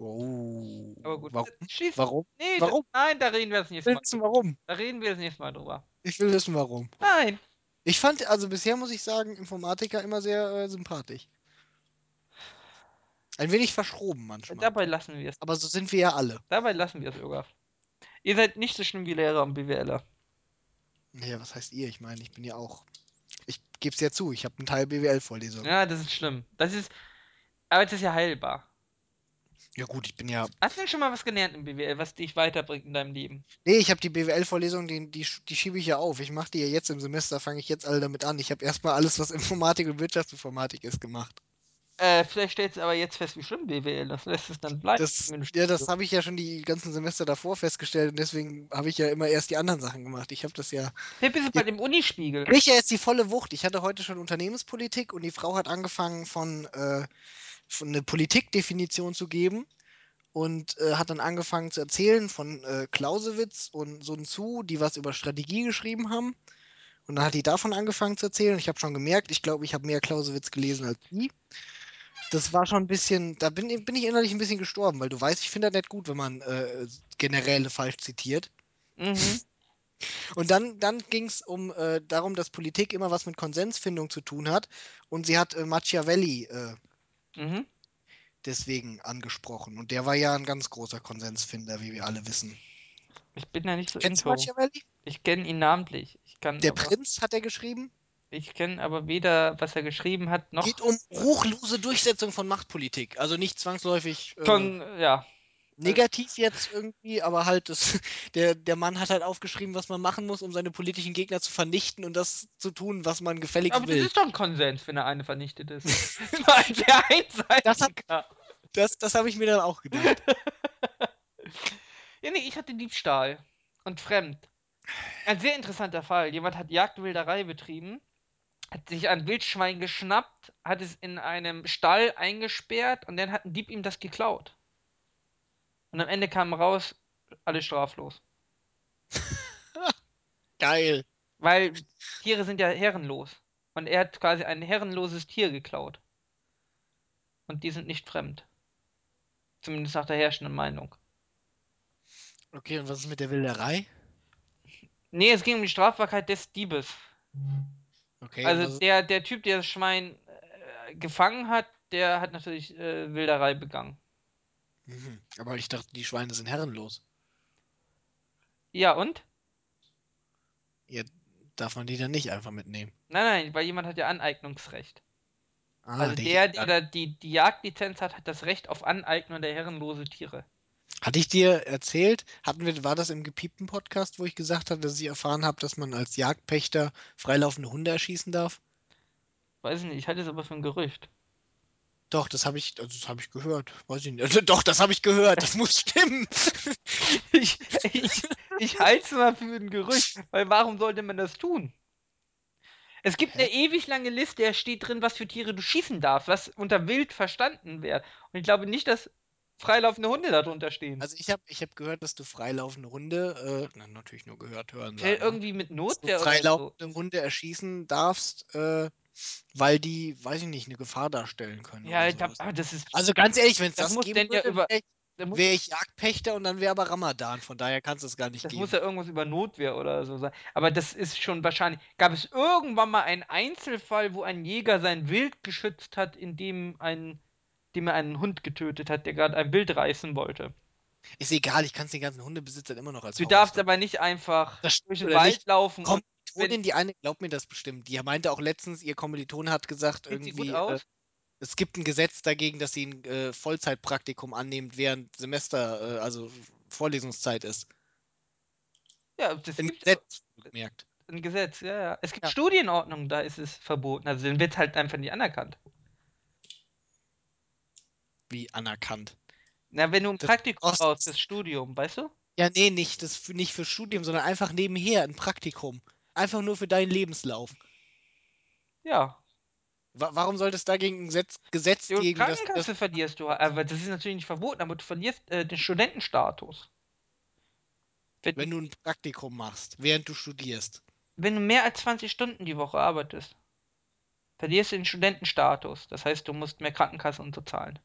S2: Oh.
S1: Aber gut.
S2: Warum?
S1: Schließ-
S2: Warum?
S1: Nee,
S2: Warum?
S1: Das, nein, da reden wir das nächste
S2: Ich will
S1: Mal.
S2: wissen, warum.
S1: Da reden wir das nächste Mal drüber.
S2: Ich will wissen, warum.
S1: Nein.
S2: Ich fand, also bisher muss ich sagen, Informatiker immer sehr äh, sympathisch. Ein wenig verschroben manchmal.
S1: Dabei lassen wir es.
S2: Aber so sind wir ja alle.
S1: Dabei lassen wir es, Irgaf. Ihr seid nicht so schlimm wie Lehrer und BWLer.
S2: Naja, was heißt ihr? Ich meine, ich bin ja auch. Ich gebe es ja zu, ich habe einen Teil BWL-Vorlesung. Ja.
S1: Ja, das ist schlimm. Das ist. Aber das ist ja heilbar.
S2: gut, ich bin ja.
S1: Hast du denn schon mal was gelernt im BWL, was dich weiterbringt in deinem Leben?
S2: Nee, ich habe die BWL-Vorlesung, die, die, sch- die schiebe ich ja auf. Ich mache die ja jetzt im Semester, fange ich jetzt alle damit an. Ich habe erstmal alles, was Informatik und Wirtschaftsinformatik ist, gemacht.
S1: Äh, vielleicht stellst du aber jetzt fest, wie schlimm BWL ist. Lässt es dann bleiben.
S2: Das,
S1: wenn du
S2: ja,
S1: studierst.
S2: das habe ich ja schon die ganzen Semester davor festgestellt und deswegen habe ich ja immer erst die anderen Sachen gemacht. Ich habe das ja.
S1: Tipp ist bei dem Unispiegel.
S2: Richard ist die volle Wucht. Ich hatte heute schon Unternehmenspolitik und die Frau hat angefangen von, äh, von eine Politikdefinition zu geben und äh, hat dann angefangen zu erzählen von äh, Clausewitz und Sun Tzu, die was über Strategie geschrieben haben. Und dann hat die davon angefangen zu erzählen. Und ich habe schon gemerkt, ich glaube, ich habe mehr Clausewitz gelesen als die. das war schon ein bisschen, da bin, bin ich innerlich ein bisschen gestorben, weil du weißt, ich finde das nicht gut, wenn man äh, Generäle falsch zitiert.
S1: Mhm.
S2: Und dann, dann ging es um, äh, darum, dass Politik immer was mit Konsensfindung zu tun hat. Und sie hat äh, Machiavelli äh,
S1: Mhm.
S2: deswegen angesprochen. Und der war ja ein ganz großer Konsensfinder, wie wir alle wissen.
S1: Ich bin da nicht so
S2: Kennst du
S1: into.
S2: Machiavelli?
S1: Ich kenne ihn namentlich. Ich, kann
S2: Der
S1: aber,
S2: Prinz hat er geschrieben.
S1: ich kenne aber weder, was er geschrieben hat, noch
S2: Geht um ruchlose Durchsetzung von Machtpolitik. Also nicht zwangsläufig äh,
S1: schon, ja.
S2: negativ jetzt irgendwie, aber halt, das, der, der Mann hat halt aufgeschrieben, was man machen muss, um seine politischen Gegner zu vernichten und das zu tun, was man gefälligst
S1: Aber das
S2: will.
S1: ist doch ein Konsens, wenn der eine vernichtet ist. das war ein sehr
S2: Das hat-
S1: einseitiger.
S2: Das, das habe ich mir dann auch gedacht.
S1: Ja, nee, ich hatte Diebstahl und Fremd. Ein sehr interessanter Fall. Jemand hat Jagdwilderei betrieben, hat sich ein Wildschwein geschnappt, hat es in einem Stall eingesperrt und dann hat ein Dieb ihm das geklaut. Und am Ende kam raus, alle straflos.
S2: Geil.
S1: Weil Tiere sind ja herrenlos. Und er hat quasi ein herrenloses Tier geklaut. Und die sind nicht fremd. Zumindest nach der herrschenden Meinung.
S2: Okay, und was ist mit der Wilderei?
S1: Nee, es ging um die Strafbarkeit des Diebes.
S2: Okay, was
S1: Also
S2: ist-
S1: der, der Typ, der das Schwein äh, gefangen hat, der hat natürlich äh, Wilderei begangen.
S2: Mhm. aber ich dachte, die Schweine sind herrenlos.
S1: Ja, und?
S2: Darf man die dann nicht einfach mitnehmen?
S1: Nein, nein, weil jemand hat ja Aneignungsrecht.
S2: Ah,
S1: also
S2: die-
S1: der, der da die, die Jagdlizenz hat, hat das Recht auf Aneignung der herrenlose Tiere.
S2: Hatte ich dir erzählt, hatten wir, war das im gepiepten Podcast, wo ich gesagt hatte, dass ich erfahren habe, dass man als Jagdpächter freilaufende Hunde erschießen darf?
S1: Weiß ich nicht, ich halte es aber für ein Gerücht.
S2: Doch, das habe ich, also das habe ich gehört. Weiß ich nicht. Doch, das habe ich gehört. Das muss stimmen.
S1: Ich, ich, ich halte es mal für ein Gerücht, weil warum sollte man das tun? Es gibt
S2: Hä?
S1: eine ewig lange Liste, da steht drin, was für Tiere du schießen darfst, was unter wild verstanden wird. Und ich glaube nicht, dass freilaufende Hunde darunter stehen.
S2: Also ich habe, ich habe gehört, dass du freilaufende Hunde, äh, na, natürlich nur gehört hören.
S1: Fell
S2: sagen, ne?
S1: irgendwie mit
S2: dass
S1: Notwehr
S2: du
S1: oder so.
S2: freilaufende Hunde erschießen darfst, äh, weil die, weiß ich nicht, eine Gefahr darstellen können.
S1: Ja,
S2: oder
S1: ich glaub,
S2: sowas.
S1: aber das ist.
S2: also ganz ehrlich, wenn es
S1: Das
S2: das,
S1: muss
S2: geben
S1: denn ja
S2: würde,
S1: über-
S2: wäre ich,
S1: Da muss,
S2: wär ich Jagdpächter und dann wäre aber Ramadan. Von daher kannst du es gar nicht
S1: das
S2: geben.
S1: muss ja irgendwas über Notwehr oder so sein. Aber das ist schon wahrscheinlich. Gab es irgendwann mal einen Einzelfall, wo ein Jäger sein Wild geschützt hat, indem, ein, indem er einen Hund getötet hat, der gerade ein Wild reißen wollte?
S2: Ist egal, ich kann es den ganzen Hundebesitzern immer noch als
S1: Du
S2: Horror
S1: darfst
S2: sagen.
S1: aber nicht einfach
S2: Das stimmt
S1: durch den
S2: oder
S1: Wald
S2: nicht?
S1: laufen
S2: Komm,
S1: und
S2: Kommilitonin, die eine glaubt mir das bestimmt. Die meinte auch letztens, ihr Kommiliton hat gesagt,
S1: sieht sie gut
S2: irgendwie, äh,
S1: aus.
S2: es gibt ein Gesetz dagegen, dass sie ein äh, Vollzeitpraktikum annimmt, während Semester, äh, also Vorlesungszeit ist. äh,
S1: Ja, das
S2: Ein
S1: gibt
S2: Gesetz, merkt.
S1: ein Gesetz, ja, ja. Es gibt
S2: Ja.
S1: Studienordnungen, da ist es verboten. Also dann wird halt einfach nicht anerkannt.
S2: Wie anerkannt.
S1: Na, wenn du ein
S2: Das
S1: Praktikum
S2: kostet's.
S1: brauchst, das Studium, weißt du?
S2: Ja, nee, nicht, das, für- nicht für Studium, sondern einfach nebenher ein Praktikum. Einfach nur für deinen Lebenslauf.
S1: Ja.
S2: Wa warum sollte es dagegen ein Gesetz, Gesetz
S1: Jo,
S2: gegen das, das?
S1: Krankenkasse verlierst du, aber das ist natürlich nicht verboten, aber du verlierst äh, den Studentenstatus. Wenn,
S2: Wenn du ein Praktikum machst, während du studierst.
S1: wenn du mehr als 20 Stunden die Woche arbeitest, verlierst du den Studentenstatus. Das heißt, du musst mehr Krankenkasse und so zahlen.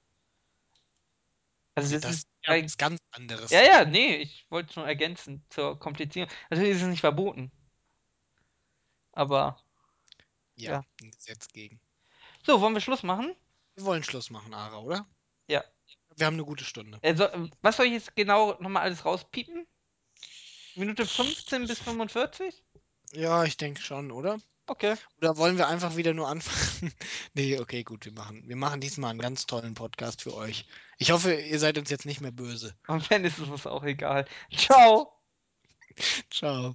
S1: Also das,
S2: Das
S1: ist
S2: ist ja
S1: kein,
S2: was ganz anderes.
S1: ja ja nee, ich wollte es nur ergänzen zur Komplizierung. Natürlich ist es nicht verboten, aber
S2: Ja,
S1: Ja.
S2: ein Gesetz gegen.
S1: so wollen wir Schluss machen.
S2: Wir wollen Schluss machen, Ara, oder?
S1: Ja.
S2: Wir haben eine gute Stunde.
S1: Äh, so, äh, was soll ich jetzt genau nochmal alles rauspiepen? Minute 15 bis 45?
S2: Ja, ich denke schon, oder?
S1: Okay.
S2: Oder wollen wir einfach wieder nur anfangen? nee, okay, gut, wir machen. Wir machen diesmal einen ganz tollen Podcast für euch. Ich hoffe, ihr seid uns jetzt nicht mehr böse.
S1: Und wenn ist es uns auch egal. Ciao.
S2: Ciao.